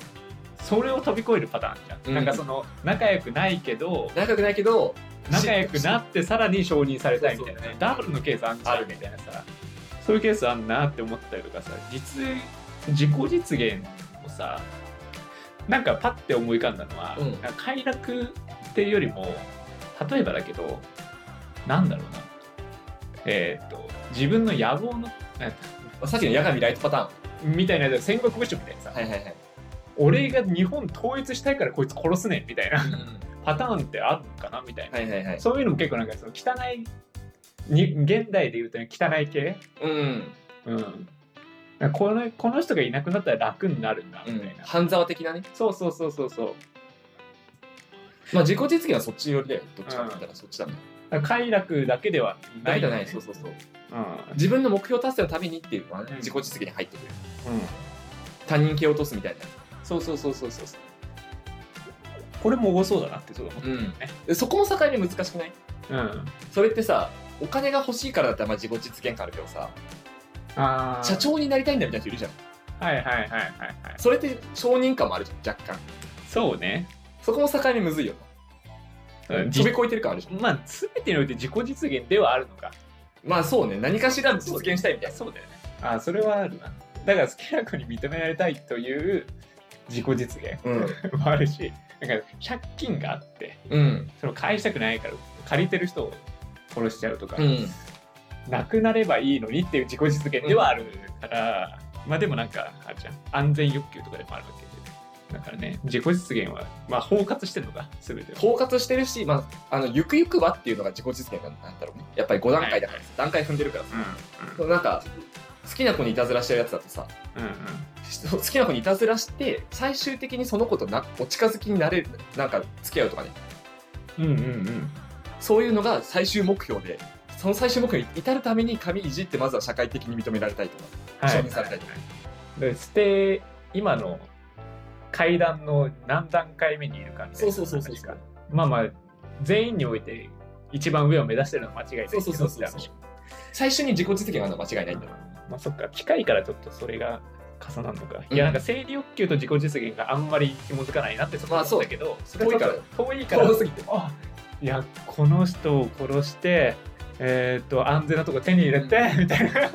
Speaker 1: それを飛び越えるパターンじゃん、
Speaker 2: うん
Speaker 1: なんかその仲良くないけど
Speaker 2: 長くないけど、
Speaker 1: 仲良くなってさらに承認されたいみたいな、
Speaker 2: そうそうそう
Speaker 1: ダブルのケースあんじゃんみたいなさそういうケースあんなって思ったりとかさ実自己実現をさなんかパッて思い浮かんだのは、
Speaker 2: うん
Speaker 1: なんか快楽っていうよりも例えばだけどなんだろうなえーっと自分の野望のえ
Speaker 2: さっきの八神ライトパターン。
Speaker 1: みたいなやつ戦国武将みたいなさ、
Speaker 2: はいはいはい。
Speaker 1: 俺が日本統一したいからこいつ殺すねんみたいなパターンってあるのかなみたいな。
Speaker 2: はいはいはい。
Speaker 1: そういうのも結構なんかその汚いに現代で言うとね汚い系、
Speaker 2: うん。
Speaker 1: うん、なんかこのこの人がいなくなったら楽になるんだ
Speaker 2: う
Speaker 1: み
Speaker 2: ん
Speaker 1: たいな、
Speaker 2: 半沢的なね。
Speaker 1: そうそうそうそうそう
Speaker 2: まあ自己実現はそっち寄りだよ。どっちかって言ったらそっちだね。
Speaker 1: だから快楽だけではな
Speaker 2: だけ
Speaker 1: い
Speaker 2: じ
Speaker 1: よ
Speaker 2: ゃ
Speaker 1: ね、
Speaker 2: ない、そうそうそう。
Speaker 1: う
Speaker 2: 自分の目標達成のためにっていうのはね
Speaker 1: うん
Speaker 2: 自己実現に入ってくる。
Speaker 1: ん、うん、
Speaker 2: 他人系を落とすみたい
Speaker 1: そうそうそうそうそうそうこれも多そうだなってそう思っ
Speaker 2: な。うんで。そこも境目難しくない
Speaker 1: た、うん、
Speaker 2: それってさ、お金が欲しいからだったらまあ自己実現感あるけどさ、
Speaker 1: あー
Speaker 2: 社長になりたいんだみたいな人いるじゃん。
Speaker 1: はいはいはいはいはい
Speaker 2: それって承認感もあるじゃん、若干。
Speaker 1: そうね、
Speaker 2: そこも境目むずいよ。
Speaker 1: う
Speaker 2: 飛
Speaker 1: ん、
Speaker 2: び
Speaker 1: じ
Speaker 2: 越えてる感あるじゃん。
Speaker 1: まあ全てにおいて自己実現ではあるのか
Speaker 2: まあそうね、何かしら実現したいみたいな。
Speaker 1: そうだよねあそれはあるなだから好きな子に認められたいという自己実現
Speaker 2: うん。
Speaker 1: もあるしなんか借金があって
Speaker 2: うん。
Speaker 1: それを返したくないから借りてる人を殺しちゃうとか、
Speaker 2: うん。
Speaker 1: なくなればいいのにっていう自己実現ではあるから、まあでもなんかあるじゃん安全欲求とかでもあるわけでだからね自己実現はまあ包括してんのか全てを
Speaker 2: 統括してるし、まあ、あのゆくゆくはっていうのが自己実現なんだろうねやっぱり5段階だからさ、段階踏んでるからさ
Speaker 1: う
Speaker 2: そのなんか好きな子にいたずらしてるやつだとさ
Speaker 1: んうん
Speaker 2: し好きな子にいたずらして最終的にその子となお近づきになれるなんか付き合うとかね
Speaker 1: うんうんうんうん
Speaker 2: そういうのが最終目標でその最終目標に至るために髪いじってまずは社会的に認められたいとか承認されたいとか、
Speaker 1: でステイ今の階段の何段階目にいるかみたい
Speaker 2: そう
Speaker 1: な
Speaker 2: そうそうそうそう
Speaker 1: 話かまあまあ全員において一番上を目指してるのは間違いないけど
Speaker 2: そうそうそうそう
Speaker 1: って話
Speaker 2: 最初に自己実現があるのは間違いないんだよ。
Speaker 1: まあそっか、機械からちょっとそれが重なるのか。
Speaker 2: うん
Speaker 1: いや、なんか生理欲求と自己実現があんまり紐づかないなってちょっと
Speaker 2: まあ
Speaker 1: 思
Speaker 2: そ
Speaker 1: っ
Speaker 2: う
Speaker 1: たけど、そ
Speaker 2: 遠いから
Speaker 1: ちょっと遠いから。
Speaker 2: 遠すぎて
Speaker 1: あいや、この人を殺して、えーっと、安全なとこ手に入れて、みたいな。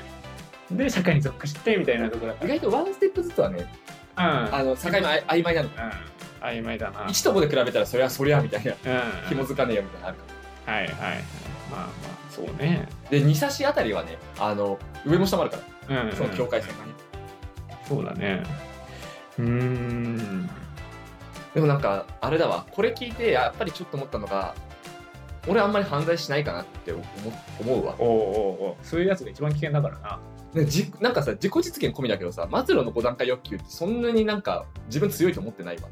Speaker 1: で、社会に属して、みたいなとこだか
Speaker 2: 意外とワンステップずつはね、
Speaker 1: ら。うん。
Speaker 2: あの境目あい曖昧なの。
Speaker 1: うん。曖昧だな。
Speaker 2: 1と5で比べたらそりゃそりゃみたいな、
Speaker 1: うん。
Speaker 2: 紐づかねえよみたいなのあるか
Speaker 1: はいはいはい。まあまあ、そうね。
Speaker 2: ら。で、2差しあたりはね、あの上も下もあるか
Speaker 1: うん。
Speaker 2: ら、その境界線がね。
Speaker 1: そうだね。うーん。
Speaker 2: でもなんかあれだわこれ聞いてやっぱりちょっと思ったのが俺あんまり犯罪しないかなって思思うわ
Speaker 1: おうおうおうそういうやつが一番危険だからな。
Speaker 2: でじなんかさ自己実現込みだけどさマズローの5段階欲求ってそんなになんか自分強いと思ってないわ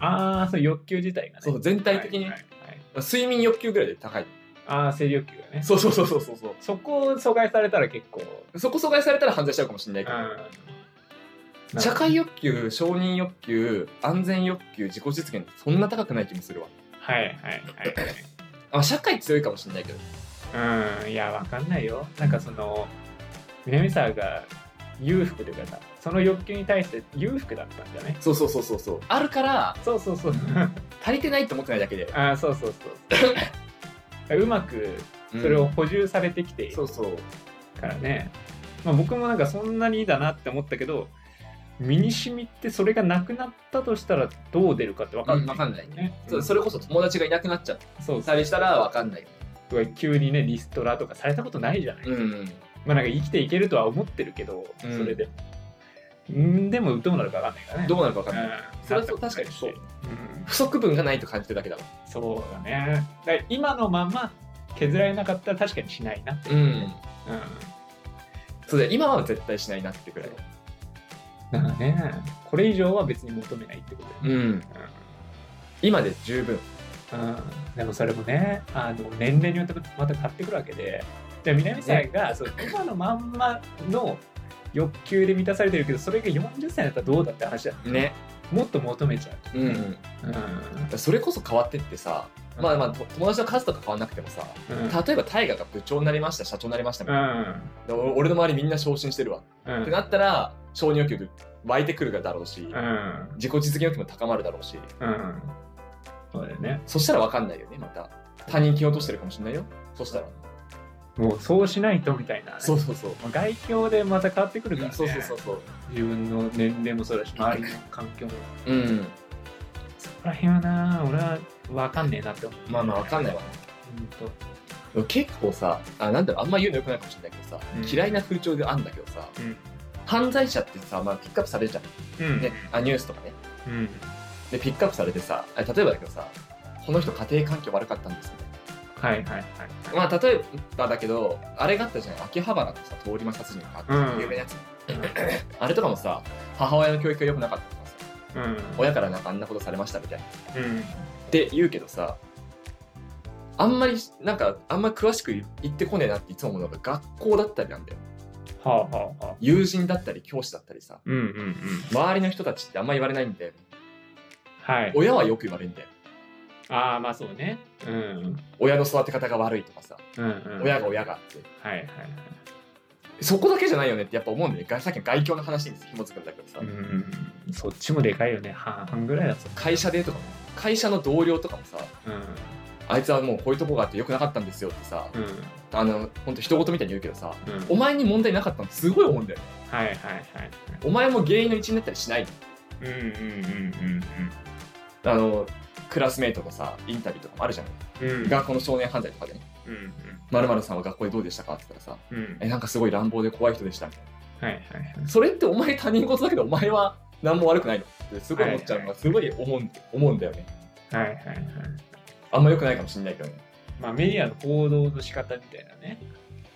Speaker 1: ああ、そう欲求自体がね。
Speaker 2: そう全体的に
Speaker 1: はいはいはい
Speaker 2: 睡眠欲求ぐらいで高い
Speaker 1: ああ、生理欲求がね。
Speaker 2: そうそうそうそうそうそ
Speaker 1: そこを阻害されたら結構。
Speaker 2: うそこ阻害されたら犯罪しちゃうかもしれないけど、
Speaker 1: うん
Speaker 2: 社会欲求承認欲求安全欲求自己実現ってそんな高くない気もするわ
Speaker 1: はいはい
Speaker 2: あ社会強いかもしれないけど
Speaker 1: はいはい。うん、いや、わかんないよ。なんかその、南沢が裕福というかさ、その欲求に対して裕福だったんだよね。
Speaker 2: そうそうそうそうそうあるから
Speaker 1: そうそうそう。
Speaker 2: 足りてないと思ってないだけで、
Speaker 1: ああ、そうそうそう。うまくそれを補充されてきている
Speaker 2: そうそう
Speaker 1: からね、まあ、僕もなんかそんなにだなって思ったけど身に染みってそれがなくなったとしたらどう出るかって分かん
Speaker 2: うん
Speaker 1: ない、
Speaker 2: わかんない
Speaker 1: ね
Speaker 2: そ
Speaker 1: ん
Speaker 2: それこそ友達がいなくなっちゃっ
Speaker 1: そう
Speaker 2: たりしたら分かんない。
Speaker 1: 急にねリストラとかされたことないじゃない、
Speaker 2: うん。
Speaker 1: まあなんか生きていけるとは思ってるけど、
Speaker 2: うん
Speaker 1: それでもうんでもどうなるか分かんないからね
Speaker 2: どうなるか分かん
Speaker 1: う
Speaker 2: ない。
Speaker 1: ん
Speaker 2: それはそう確かにそう
Speaker 1: うん
Speaker 2: 不足分がないと感じてるだけだも
Speaker 1: そうだねだから今のまま削られなかったら確かにしないなって、
Speaker 2: ん。うん。
Speaker 1: うん
Speaker 2: そうだよ今は絶対しないなってくらい。
Speaker 1: だからねこれ以上は別に求めないってことだよね、
Speaker 2: ん。今で十分。
Speaker 1: うん、でもそれもねあの年齢によってまた変わってくるわけでじゃあ南さんが、そう今のまんまの欲求で満たされてるけどそれが40歳だったらどうだって話だ
Speaker 2: ね。
Speaker 1: もっと求めちゃう、
Speaker 2: うんうん。
Speaker 1: う
Speaker 2: それこそ変わってってさ、まあまあと友達の数とか変わんなくてもさ、
Speaker 1: んうん
Speaker 2: 例えば大河が部長になりました、社長になりましたみ
Speaker 1: う
Speaker 2: たいな、
Speaker 1: ん
Speaker 2: でお俺の周りみんな昇進してるわ。
Speaker 1: うん
Speaker 2: ってなったら、承認欲求湧いてくるだろうし、
Speaker 1: うん
Speaker 2: 自己実現欲求も高まるだろうし、
Speaker 1: うんそうだよね
Speaker 2: そしたら分かんないよね、また。他人気落としてるかもしれないよ。そしたら。
Speaker 1: もうそうしないとみたいな、
Speaker 2: そうそうそう。
Speaker 1: もう外境でまた変わってくるから、ね、
Speaker 2: そうそうそうそう。
Speaker 1: 自分の年齢もそうだし周りの環境も
Speaker 2: うん。
Speaker 1: そこら辺はな俺は分かんねえなって思う
Speaker 2: まあまあわかんないわ。
Speaker 1: うんと
Speaker 2: 結構さ、あなんだろう、あんま言うのよくないかもしれないけどさ、
Speaker 1: うん
Speaker 2: 嫌いな風潮であんだけどさ、
Speaker 1: うん
Speaker 2: 犯罪者ってさ、まあピックアップされるじゃん。
Speaker 1: うん
Speaker 2: ね、あニュースとかね。
Speaker 1: うん
Speaker 2: で、ピックアップされてさ、あ例えばだけどさ、この人家庭環境悪かったんですよね。
Speaker 1: はいはいはい
Speaker 2: まあ例えばだけど、あれがあったじゃん、秋葉原のさ、通り魔殺人があったじゃん
Speaker 1: うん
Speaker 2: 有名なやつ。あれとかもさ、母親の教育が良くなかったとかさ、
Speaker 1: うん
Speaker 2: 親からなんかあんなことされましたみたいな。
Speaker 1: うん
Speaker 2: って言うけどさあんまりなんかあんまり詳しく言ってこねえなっていつも思うのが学校だったりなんだよ
Speaker 1: はあはあはあ
Speaker 2: 友人だったり教師だったりさ
Speaker 1: うんうんうん
Speaker 2: 周りの人たちってあんま言われないんだよね
Speaker 1: はい
Speaker 2: 親はよく言われるんだよ
Speaker 1: ああまあそうねうん
Speaker 2: 親の育て方が悪いとかさ
Speaker 1: うんうん
Speaker 2: 親が親がって
Speaker 1: はいはい
Speaker 2: そこだけじゃないよねってやっぱ思うんだよねがさっきの外教の話に紐づくんだけどさ、
Speaker 1: はいうんそっちもでかいよね半々ぐらいだぞ
Speaker 2: 会社でとかも会社の同僚とかもさ
Speaker 1: うん
Speaker 2: あいつはもうこういうとこがあってよくなかったんですよってさ
Speaker 1: うん
Speaker 2: あのほんと人事みたいに言うけどさ
Speaker 1: うん
Speaker 2: お前に問題なかったのすごい思うんだよね
Speaker 1: はいはいはいはい
Speaker 2: お前も原因の一員になったりしない
Speaker 1: うんうんうん
Speaker 2: あのクラスメートのさインタビューとかもあるじゃん、
Speaker 1: うんうんうん
Speaker 2: 学校の少年犯罪とかでね
Speaker 1: うん
Speaker 2: 「まるさんは学校でどうでしたか?」って言ったらさ
Speaker 1: うんうん
Speaker 2: 「えなんかすごい乱暴で怖い人でした」みたい
Speaker 1: はいはいはい
Speaker 2: なそれってお前他人事だけどお前は何も悪くないのってすごい思っちゃうのがすごい思うん思うんだよね
Speaker 1: はいはいはい
Speaker 2: あんま良くないかもしれないけどね
Speaker 1: まあメディアの報道の仕方みたいなね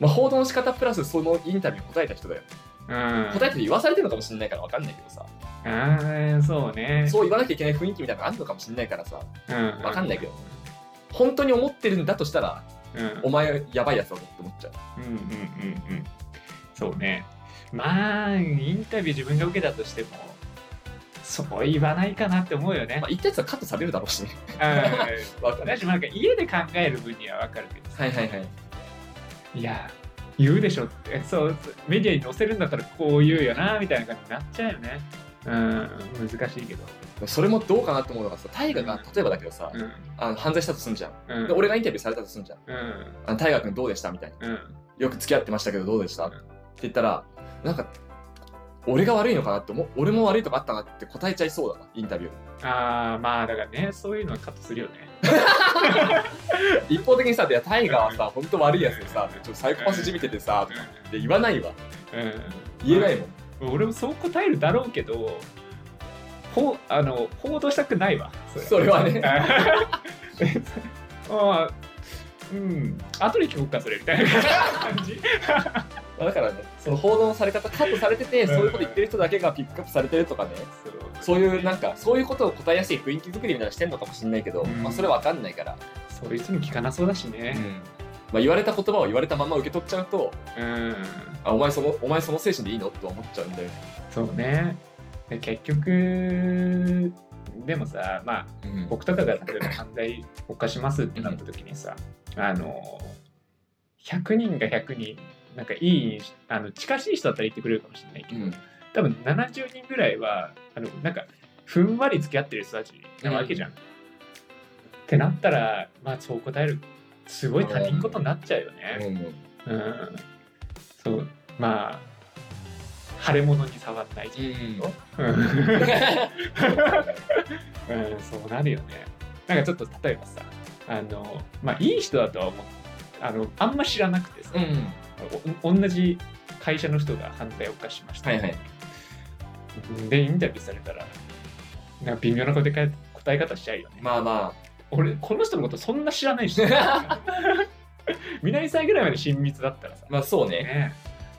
Speaker 2: まあ報道の仕方プラスそのインタビューに答えた人だよ
Speaker 1: うん
Speaker 2: 答えて言わされてるのかもしれないから分かんないけどさ
Speaker 1: ああそうね
Speaker 2: そう言わなきゃいけない雰囲気みたいなのがあるのかもしれないからさ
Speaker 1: うん
Speaker 2: 分かんないけど本当に思ってるんだとしたら
Speaker 1: うん
Speaker 2: お前やばいやつだぞって思っちゃう
Speaker 1: うんうんうんうんそうねまあインタビュー自分が受けたとしてもそう言わないかなって思うよね
Speaker 2: まあ、言ったやつはカットされるだろうしね
Speaker 1: うん
Speaker 2: 分かんない
Speaker 1: 私もなんか家で考える分にはわかるけどさ
Speaker 2: はいはいはい
Speaker 1: いや
Speaker 3: 言うでしょってそうメディアに載せるんだったらこう言うよなみたいな感じになっちゃうよねうん難しいけど
Speaker 2: それもどうかなと思うのがさ大河が例えばだけどさ、
Speaker 1: うん
Speaker 2: あの犯罪したとすんじゃん、
Speaker 1: うん
Speaker 2: で俺がインタビューされたとすんじゃん
Speaker 1: うん
Speaker 2: あの大河君どうでしたみたいな
Speaker 1: うん
Speaker 2: よく付き合ってましたけどどうでした、
Speaker 1: うん
Speaker 2: って言ったらなんか俺が悪いのかなって思う俺も悪いとこあったなって答えちゃいそうだなインタビュー
Speaker 1: ああまあだからねそういうのはカットするよね
Speaker 2: 一方的にさ、いや、タイガーはさ、本当悪いやつでさ、ちょっとサイコパスじみててさ、って言わないわ。
Speaker 1: うん、うん、
Speaker 2: 言えないもん。
Speaker 1: 俺もそう答えるだろうけどほあの報道したくないわそ
Speaker 2: それはね。
Speaker 1: ああうん後で聞こうかそれみたいな感じ
Speaker 2: だからね、その報道のされ方、カットされてて、
Speaker 1: うん
Speaker 2: そういうこと言ってる人だけがピックアップされてるとかね、そういう、なんか、そういうことを答えやすい雰囲気作りみたいなのしてんのかもしれないけど、
Speaker 1: うん
Speaker 2: まあ、それわかんないから、
Speaker 1: そういう人に聞かなそうだしね
Speaker 2: まあ、言われた言葉を言われたまま受け取っちゃうと、
Speaker 1: うん
Speaker 2: あ、お前その、お前その精神でいいのと思っちゃうんだよね。
Speaker 1: そうねで結局でもさまあ
Speaker 2: うん
Speaker 1: 僕とかが例えば犯罪犯しますってなった時にさあの100人が100人なんかいいあの近しい人だったら言ってくれるかもしれないけど、
Speaker 2: うん
Speaker 1: 多分70人ぐらいはあのなんかふんわり付き合ってる人たちなわけじゃん。ってなったらまあそう答えるすごい他人事になっちゃうよね。
Speaker 2: うん
Speaker 1: うん、そうまあ腫れ物に触んないじゃん。うんうん、そうなるよね。なんかちょっと例えばさ、あの、まあいい人だとは思う。あの、あんま知らなくてさ、
Speaker 2: うん
Speaker 1: お同じ会社の人が犯罪を犯しました。
Speaker 2: はいはい
Speaker 1: で、インタビューされたら、なんか微妙な答え答え方しちゃうよね。
Speaker 2: まあま
Speaker 1: 俺、この人のことそんな知らない し、南さんぐらいまで親密だったらさ
Speaker 2: あ、、まあそうね。
Speaker 1: ね、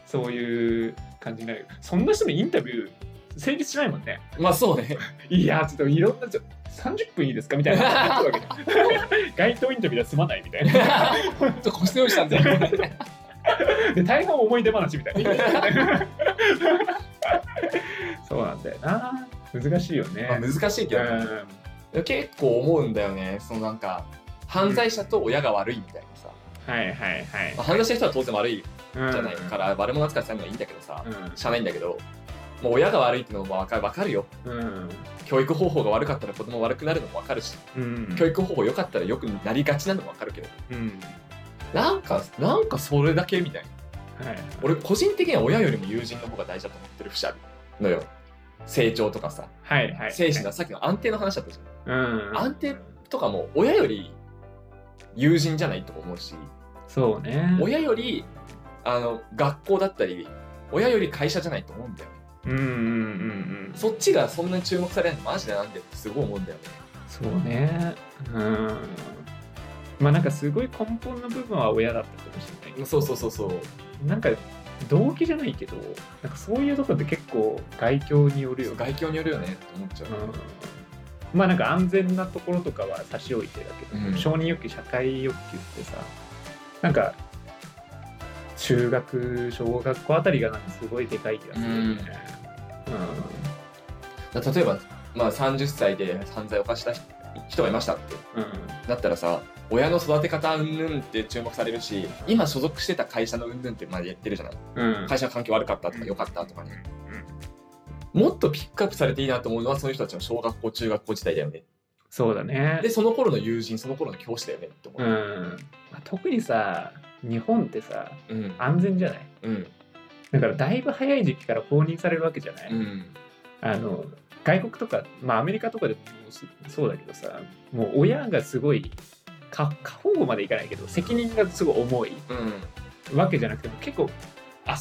Speaker 1: そういう感じになるよ。そんな人のインタビュー成立しないもんね。
Speaker 2: まあそうね。
Speaker 1: いやちょっといろんなちょ30分いいですかみたいな 話になってくるわけ街頭インタビューでは済まないみたいな
Speaker 2: ちょっと腰用意したんだよ。
Speaker 1: で大半思い出話みたい なそうなんだよな難しいよね、
Speaker 2: まあ難しいけどね、結構思うんだよねそのなんか犯罪者と親が悪いみたいなさ、
Speaker 1: うんはいはいはい
Speaker 2: まあ、犯罪した人は当然悪いじ
Speaker 1: うん
Speaker 2: ゃないから、悪者扱いされるのはいいんだけどさ、
Speaker 1: うん
Speaker 2: しゃあないんだけどもう親が悪いってのもわかわかるよ
Speaker 1: うん
Speaker 2: 教育方法が悪かったら子供悪くなるのもわかるし
Speaker 1: うん
Speaker 2: 教育方法良かったら良くなりがちなのもわかるけど
Speaker 1: うん
Speaker 2: なんかなんかそれだけみたいな
Speaker 1: はい
Speaker 2: 俺個人的には親よりも友人の方が大事だと思ってる節あるのよ成長とかさ
Speaker 1: はいはい
Speaker 2: 精神のさっきの安定の話だったじゃん
Speaker 1: うん
Speaker 2: 安定とかも親より友人じゃないと思うし
Speaker 1: そうね
Speaker 2: 親よりあの学校だったり親より会社じゃないと思うんだよね
Speaker 1: うんうんうんうん
Speaker 2: そっちがそんなに注目されないのマジでなんでってすごい思うんだよね
Speaker 1: そうねうんまあなんかすごい根本の部分は親だったかもしれないけど
Speaker 2: そうそうそうそう
Speaker 1: なんか動機じゃないけどなんかそういうとこって結構外境によるよね、
Speaker 2: 外境によるよねって思っちゃう、
Speaker 1: うん、まあなんか安全なところとかは差し置いてだけど、
Speaker 2: うん
Speaker 1: 承認欲求社会欲求ってさなんか中学小学校あたりがなんかすごいでかい気がするよね、
Speaker 2: だから例えば、まあ、30歳で犯罪を犯した人がいましたって
Speaker 1: うん
Speaker 2: なったらさ親の育て方うんぬんって注目されるし今所属してた会社のうんぬんってまあやってるじゃない
Speaker 1: うんうん
Speaker 2: 会社の環境悪かったとか良かったとかねもっとピックアップされていいなと思うのはその人たちの小学校中学校時代だよね
Speaker 1: そうだね
Speaker 2: でその頃の友人その頃の教師だよねって思
Speaker 1: う
Speaker 2: う、
Speaker 1: んまあ特にさ日本ってさ
Speaker 2: うん
Speaker 1: 安全じゃない
Speaker 2: うん
Speaker 1: だからだいぶ早い時期から公認されるわけじゃない、
Speaker 2: うん
Speaker 1: あの外国とか、まあ、アメリカとかでもそそうだけどさもう親がすごいか過保護までいかないけど責任がすごい重い
Speaker 2: うん
Speaker 1: わけじゃなくても結構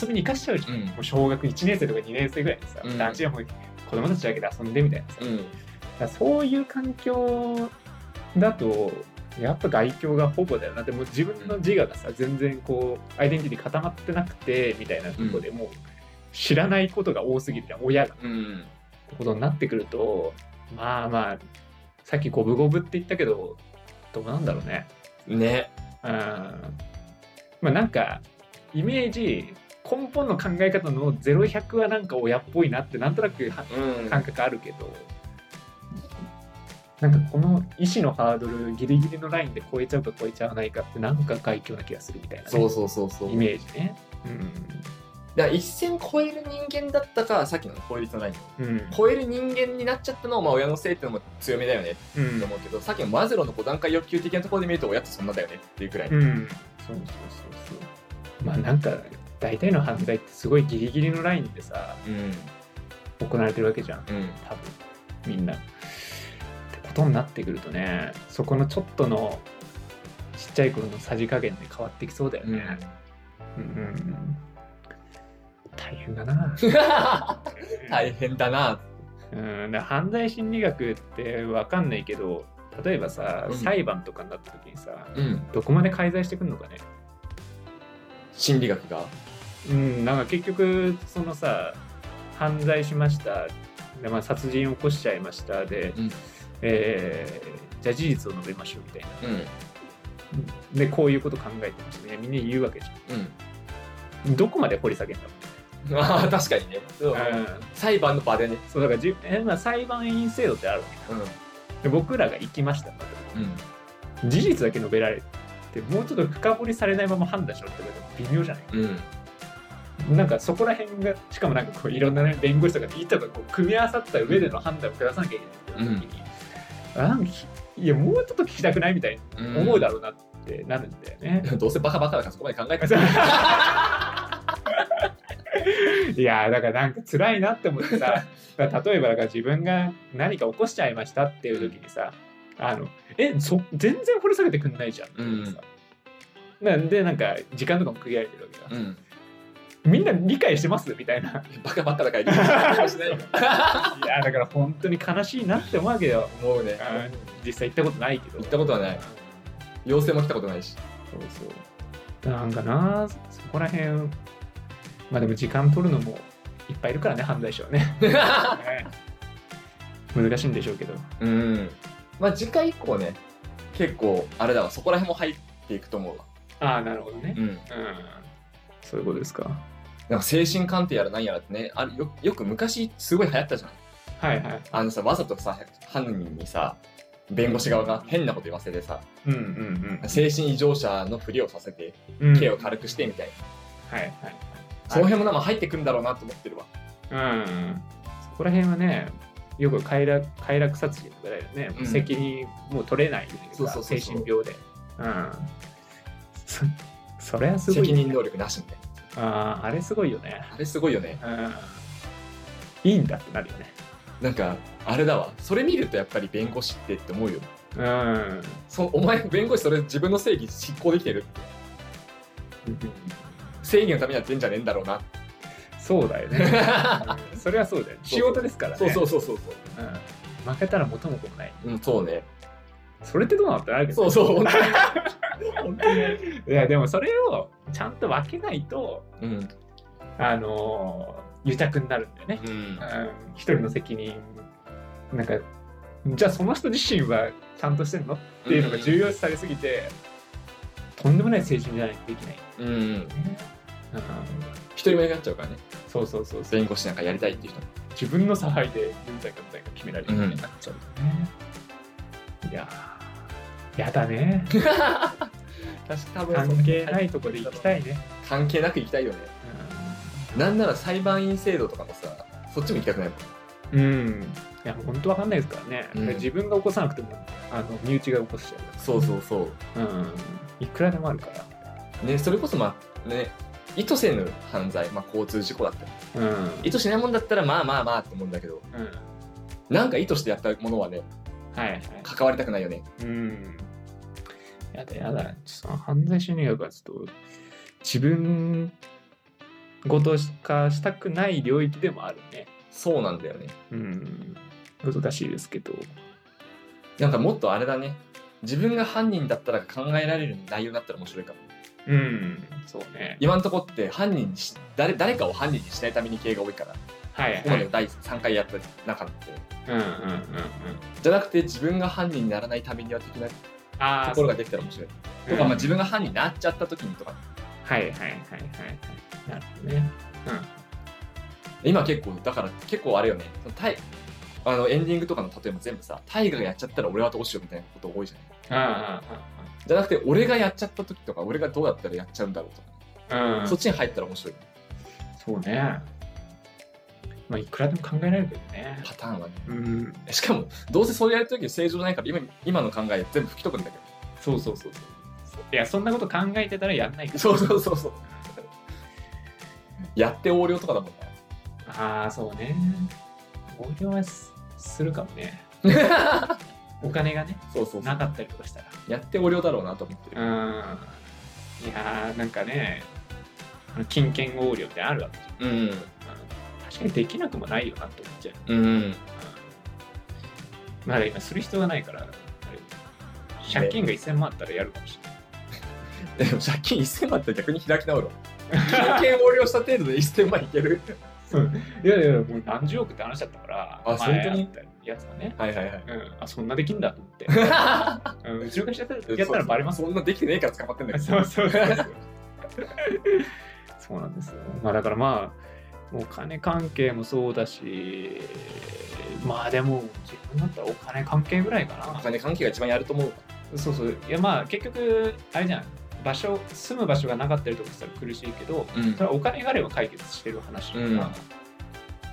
Speaker 1: 遊びに行かしちゃうじゃん、
Speaker 2: うん
Speaker 1: もう小学1年生とか2年生ぐらいでさ、
Speaker 2: うん
Speaker 1: 団地はもう子供たちだけで遊んでみたいなさ、
Speaker 2: うん
Speaker 1: だからそういう環境だとやっぱ外境が保護だよなでも自分の自我がさ全然こうアイデンティティ固まってなくてみたいなとこでもう知らないことが多すぎるじゃん親が。
Speaker 2: うん
Speaker 1: ってことになってくるとまあまあさっき五分五分って言ったけどどうなんだろうね
Speaker 2: ね
Speaker 1: うんまあなんかイメージ根本の考え方の0100はなんか親っぽいなってなんとなくは
Speaker 2: うん
Speaker 1: 感覚あるけどなんかこの意思のハードルギリギリのラインで超えちゃうか超えちゃわないかってなんか外境な気がするみたいなね、
Speaker 2: そうそうそうそう
Speaker 1: イメージね
Speaker 2: だから一線超える人間だったかさっきの法律のライン
Speaker 1: うんうん
Speaker 2: 超える人間になっちゃったのは、まあ、親のせいってのも強めだよね
Speaker 1: う
Speaker 2: って
Speaker 1: ん
Speaker 2: 思うけど、さっきのマズローの5段階欲求的なところで見ると親ってそんなだよねっていうくらい、
Speaker 1: うん
Speaker 2: そうそうそう
Speaker 1: まあなんか大体の犯罪ってすごいギリギリのラインでさ
Speaker 2: そううん
Speaker 1: 行われてるわけじゃん
Speaker 2: うん
Speaker 1: 多分みんな。ってことになってくるとねそこのちょっとのちっちゃい頃のさじ加減で変わってきそう だよね。うんうんうん大変だな。
Speaker 2: 大変だな
Speaker 1: うん、だから犯罪心理学って分かんないけど例えばさ、
Speaker 2: うん
Speaker 1: 裁判とかになった時にさ
Speaker 2: うん
Speaker 1: どこまで介在してくんのかね。
Speaker 2: 心理学が
Speaker 1: うん、なんか結局そのさ犯罪しましたで、まあ、殺人を起こしちゃいましたで、
Speaker 2: うん
Speaker 1: えーじゃあ事実を述べましょうみたいな
Speaker 2: うん
Speaker 1: でこういうこと考えてましたねみんな言うわけじゃんどこまで掘り下げんだ
Speaker 2: うんあー 確かにね、そう
Speaker 1: ろう、うん、
Speaker 2: 裁判の場でね
Speaker 1: そうだからじゅ、えまあ、裁判員制度ってあるわけ
Speaker 2: うん
Speaker 1: で僕らが行きました
Speaker 2: うん
Speaker 1: 事実だけ述べられてもうちょっと深掘りされないまま判断しろってこと微妙じゃない
Speaker 2: うん
Speaker 1: なんかそこら辺がしかもなんかこういろんな、ね、弁護士とかで板がこう組み合わさった上での判断を下さなきゃいけないってなった時に、あきいやもうちょっと聞きたくないみたいに思うだろうなってなるんだよね。
Speaker 2: どうせバカバカだから そこまで考えて
Speaker 1: いやーだからなんか辛いなって思ってさだから例えばだから自分が何か起こしちゃいましたっていう時にさあのえそ全然掘り下げてくんないじゃんっていうさ、なんでなんか時間とかも区切られてるわけだ、
Speaker 2: うん
Speaker 1: みんな理解してますみたいな
Speaker 2: バカバカだから理 解もしないよ
Speaker 1: いやーだから本当に悲しいなって思うわけよ
Speaker 2: 思うね
Speaker 1: あ実際行ったことないけど
Speaker 2: 行ったことはない要請も来たことないしそうそう
Speaker 1: なんかなそこら辺まあでも時間取るのもいっぱいいるからね犯罪者はねね難しいんでしょうけど
Speaker 2: うん。まあ次回以降ね、結構あれだわ、そこら辺も入っていくと思うわ。
Speaker 1: ああなるほどね
Speaker 2: ん。
Speaker 1: うんそういうことですか
Speaker 2: なんか精神鑑定やらなんやらってね、あれよよく昔すごい流行ったじゃない。
Speaker 1: はいはい
Speaker 2: あのさ、わざとさ、犯人にさ、弁護士側が変なこと言わせてさ、
Speaker 1: うんうん
Speaker 2: 精神異常者のふりをさせて、
Speaker 1: うんうん
Speaker 2: 刑を軽くしてみたいな。
Speaker 1: はい
Speaker 2: その辺もなまあ入ってくんだろうなと思ってるわ。
Speaker 1: はいうんそこら辺はねよく快楽快楽殺人とかだよね、
Speaker 2: うん
Speaker 1: 責任もう取れない
Speaker 2: そうそうそうそう
Speaker 1: 精神病でうんそそれはすごい
Speaker 2: 責任能力なしみたいな。
Speaker 1: あーあれすごいよね
Speaker 2: あれすごいよね。
Speaker 1: うんいいんだってなるよね
Speaker 2: なんか、あれだわ。それ見るとやっぱり弁護士ってって思うよ。
Speaker 1: うん
Speaker 2: そお前、弁護士それ自分の正義執行できてるって。正義のためにやってんじゃねえんだろうな
Speaker 1: そうだよ ねうんそれはそうだよね
Speaker 2: そうそう
Speaker 1: 仕事ですからね
Speaker 2: そうそうそうそうそ。
Speaker 1: うん、負けたら元も子もないう
Speaker 2: うん、そうね。
Speaker 1: それってどうなのってあるけど
Speaker 2: そうそう。本当に。
Speaker 1: いやでもそれをちゃんと分けないと
Speaker 2: うん。
Speaker 1: あのー癒着になるんだよね、
Speaker 2: うん
Speaker 1: うん、一人の責任なんかじゃあその人自身はちゃんとしてんのっていうのが重要視されすぎて、とんでもない成人じゃないとできない、
Speaker 2: うん。
Speaker 1: うん、
Speaker 2: 一人目になっちゃうからね。
Speaker 1: そうそうそうそう
Speaker 2: 弁護士なんかやりたいっていう人。
Speaker 1: 自分の差配で有罪か無罪か決められるようになっちゃうとね、いやーやだね
Speaker 2: 確か多
Speaker 1: 関係ないとこで行きたいね、
Speaker 2: 関係なく行きたいよね。なんなら裁判員制度とかもさ、そっちも行きたくないもん。
Speaker 1: うん、いや本当わかんないですからね、
Speaker 2: うん
Speaker 1: 自分が起こさなくてもあの身内が起こしちゃうから
Speaker 2: そうそうそう。
Speaker 1: うん、いくらでもあるから。
Speaker 2: ね、それこそまあ、ね、意図せぬ犯罪、まあ交通事故だったり。
Speaker 1: うん。
Speaker 2: 意図しないもんだったら、まあまあまあって思うんだけど、
Speaker 1: うん、
Speaker 2: なんか意図してやったものはね、
Speaker 1: はいはい。
Speaker 2: 関わりたくないよね。
Speaker 1: うん。やだやだ。ちょっとその犯罪心理学はちょっと自分ごと化したくない領域でもあるね。
Speaker 2: そうなんだよね。
Speaker 1: うん。難しいですけど。
Speaker 2: なんかもっとあれだね。自分が犯人だったら考えられる内容だったら面白いかも。
Speaker 1: うん。そうね。
Speaker 2: 今んとこって犯人にし誰誰かを犯人にしないために系が多いから、こ
Speaker 1: はい
Speaker 2: こ
Speaker 1: は
Speaker 2: ま
Speaker 1: い。
Speaker 2: で第3回やった中で、
Speaker 1: うんうんうんうん。
Speaker 2: じゃなくて自分が犯人にならないためには的なと
Speaker 1: ああ、
Speaker 2: ころができたら面白い。
Speaker 1: そう
Speaker 2: とか、まあ、
Speaker 1: うん
Speaker 2: 自分が犯人になっちゃった時にとか、
Speaker 1: はいはいはいはいはい。なるほどね。
Speaker 2: 今結構、だから結構あれよね、そのタイあのエンディングとかの例えば全部さ、大河がやっちゃったら俺はどうしようみたいなこと多いじゃない。
Speaker 1: うんうんうんうん。
Speaker 2: じゃなくて、俺がやっちゃった時とか、俺がどうやったらやっちゃうんだろうとか、
Speaker 1: うん
Speaker 2: そっちに入ったら面白い
Speaker 1: そうね。まあ、いくらでも考えられるけどね。
Speaker 2: パターンはね
Speaker 1: うん。
Speaker 2: しかもどうせそうやるとき正常じゃないから今今の考え全部吹き飛ぶんだけど
Speaker 1: そうそうそうそう。いや、そんなこと考えてたらやんないから。
Speaker 2: そうそうそうそうやって横領とかだもんね
Speaker 1: ああ、そうね。横領はすするかも ね。お金がね、
Speaker 2: そうそうそ
Speaker 1: な
Speaker 2: う
Speaker 1: かったりとかしたら。
Speaker 2: やって横領だろうなと思ってる
Speaker 1: うん。いやー、なんかね、あの金券横領ってあるわけじゃん
Speaker 2: うん
Speaker 1: うん確かにできなくもないよなって思っちゃう。
Speaker 2: うん
Speaker 1: まだ今する必要がないから、あれ借金が1000万あったらやるかもしれない。
Speaker 2: でも借金1000万って逆に開き直ろう借金横領した程度で1000万い ける
Speaker 1: いやいや、もう何十億って話だったから、
Speaker 2: あ
Speaker 1: 前
Speaker 2: 本当に
Speaker 1: やったやつはね、
Speaker 2: はいはいはい
Speaker 1: うん、あ、そんなできんだと思 って、うん、うちの会社やったらやったらバレます
Speaker 2: そんなできてねえから捕まってんだけど
Speaker 1: そうそうそうそう。 そうなんですよ。まあだからまあ、お金関係もそうだし、まあでも自分だったらお金関係ぐらいか
Speaker 2: お
Speaker 1: な。
Speaker 2: 金関係が一番やると思う
Speaker 1: そうそう。いやまあ結局、あれじゃん。場所、住む場所がなかったりとかしたら苦しいけど、
Speaker 2: うん
Speaker 1: それはお金があれば解決してる話だから、
Speaker 2: うん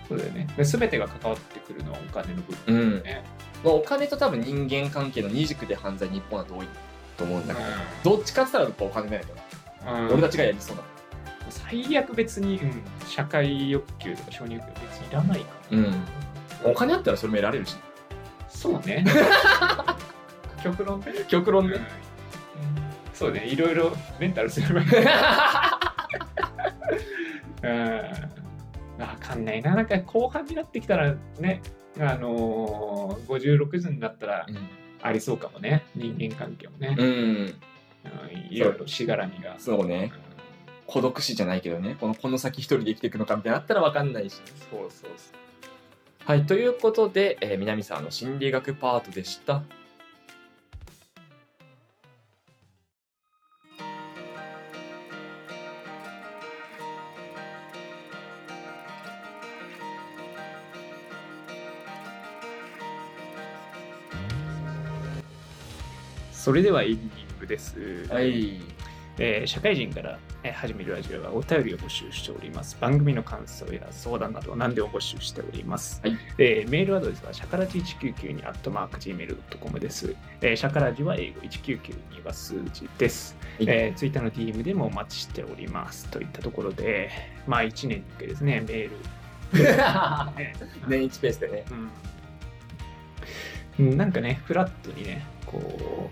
Speaker 1: そうだよね。で全てが関わってくるのはお金の部分。
Speaker 2: うん
Speaker 1: ね
Speaker 2: まあお金と多分人間関係の二軸で犯罪日本だと多いと思うんだけど、
Speaker 1: う
Speaker 2: どっちかって言ったらやっぱお金じゃないかな、
Speaker 1: ん
Speaker 2: 俺たちがやりそうだ
Speaker 1: 最悪別に、うん、社会欲求とか承認欲求別にいらないかな。
Speaker 2: うんお金あったらそれも得られるし
Speaker 1: そう ね。極論ね。
Speaker 2: 極論
Speaker 1: うん
Speaker 2: ね
Speaker 1: そうね、いろいろレンタル すればいい。うん。わかんないな。なんか後半になってきたらね、あのー、50、60になったらありそうかもね。人間関係もね。
Speaker 2: うん、うん、
Speaker 1: うんいろいろしがらみが。
Speaker 2: そうね孤独死じゃないけどねこのこの先一人で生きていくのかみたいなのあったら分かんないし
Speaker 1: そうそうそう。
Speaker 2: はいということで、えー南さんの心理学パートでした
Speaker 1: それではエンディングです。
Speaker 2: はい
Speaker 1: えー社会人からえー始めるラジオはお便りを募集しております。番組の感想や相談など何でも募集しております。
Speaker 2: はい
Speaker 1: えーメールアドレスはシャカラジ199にアットマーク Gmail.com です、えーシャカラジは英語199には数字です、
Speaker 2: はい
Speaker 1: えーツイッターの DM でもお待ちしております。といったところで、まあ1年に1回ですね、メール。ね
Speaker 2: 年一ペースでね
Speaker 1: うん、なんかね、フラットにね、こ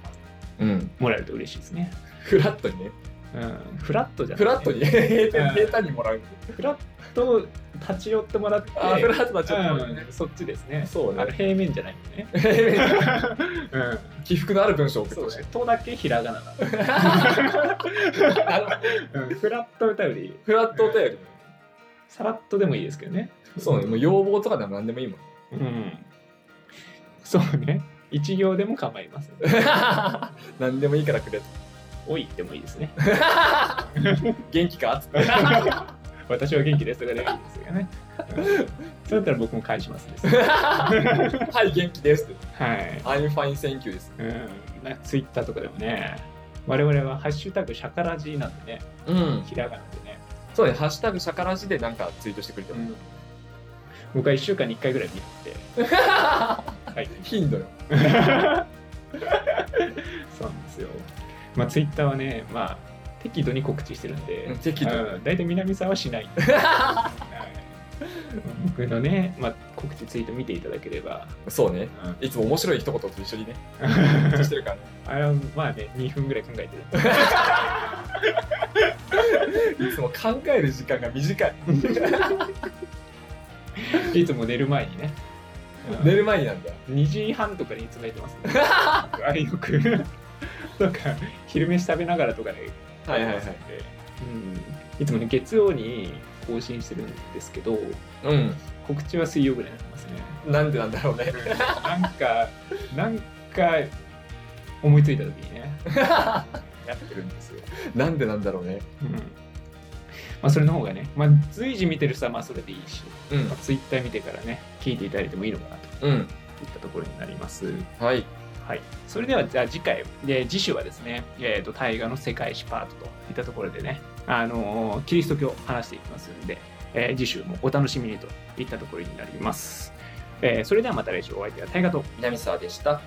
Speaker 2: うん
Speaker 1: う、もらえると嬉しいですね。
Speaker 2: フラットにね
Speaker 1: うん、フラットじゃなく
Speaker 2: フ
Speaker 1: て
Speaker 2: ラットに平坦平坦にもらう
Speaker 1: フラット立ち寄ってもらって、
Speaker 2: あーフラットはちょっと、
Speaker 1: うんそっちですね。
Speaker 2: そう
Speaker 1: あの
Speaker 2: ね
Speaker 1: 平面じゃないのね。
Speaker 2: 起伏のある文章を送って
Speaker 1: そう
Speaker 2: ほしい
Speaker 1: ね。とだけひらがななの
Speaker 2: なるほど
Speaker 1: うんフラット歌より、
Speaker 2: フラットお便り
Speaker 1: さらっとでもいいですけどね。
Speaker 2: そうねもう要望とかでも何でもい いもん
Speaker 1: うん。そうね。一行でも構いません。
Speaker 2: 何でもいいからくれと
Speaker 1: おいでもいいです ね。
Speaker 2: 元気かっつ って
Speaker 1: 私は元気ですとかでもいいですよね。うんそうだったら僕も返しますです。
Speaker 2: はい元気ですって
Speaker 1: はい。
Speaker 2: I'm fine thank you です
Speaker 1: うん。なんかツイッターとかでもね、我々はハッシュタグシャカラジなんでね、
Speaker 2: うん
Speaker 1: ひらがなでね。
Speaker 2: そうねハッシュタグシャカラジでなんかツイートしてくれて
Speaker 1: う
Speaker 2: も
Speaker 1: ん僕は1週間に1回ぐらい見てて、はい、
Speaker 2: 頻度よ
Speaker 1: そうなんですよ。まあ、ツイッターはね、まあ、適度に告知してるんで、
Speaker 2: 適度
Speaker 1: うん大体南さんはし ない。はい僕のね、まあ、告知ツイート見ていただければ、
Speaker 2: そうね
Speaker 1: うん
Speaker 2: いつも面白い一言と一緒 にねツイートしてるからね
Speaker 1: あれはまあね、2分ぐらい考えてる。
Speaker 2: いつも考える時間が短 い
Speaker 1: いつも寝る前にね。うん
Speaker 2: 寝る前になんだよ
Speaker 1: 2時半とかにいつも寝て ます、ね。あよく。 なんか、昼飯食べながらとかで、
Speaker 2: はいはいは
Speaker 1: う
Speaker 2: い
Speaker 1: ん、いつもね月曜に更新してるんですけど
Speaker 2: うん
Speaker 1: 告知は水曜ぐらいになってますね
Speaker 2: なんでなんだろうね
Speaker 1: なんか なんか思いついた時に ねやってるんですよ、
Speaker 2: なんでなんだろうね
Speaker 1: うんまあ、それの方がね、まあ、随時見てる人はまあそれでいいし、
Speaker 2: うん
Speaker 1: まあ、ツイッター見てからね聞いていただいてもいいのかなと
Speaker 2: うん
Speaker 1: いったところになります
Speaker 2: はい
Speaker 1: はい、それではじゃあ次回、で次週はですね、えー、と大河の世界史パートといったところでね、あのーキリスト教を話していきますんで、えー次週もお楽しみにといったところになります。えーそれではまた来週お相手は大河と
Speaker 2: 南沢でした。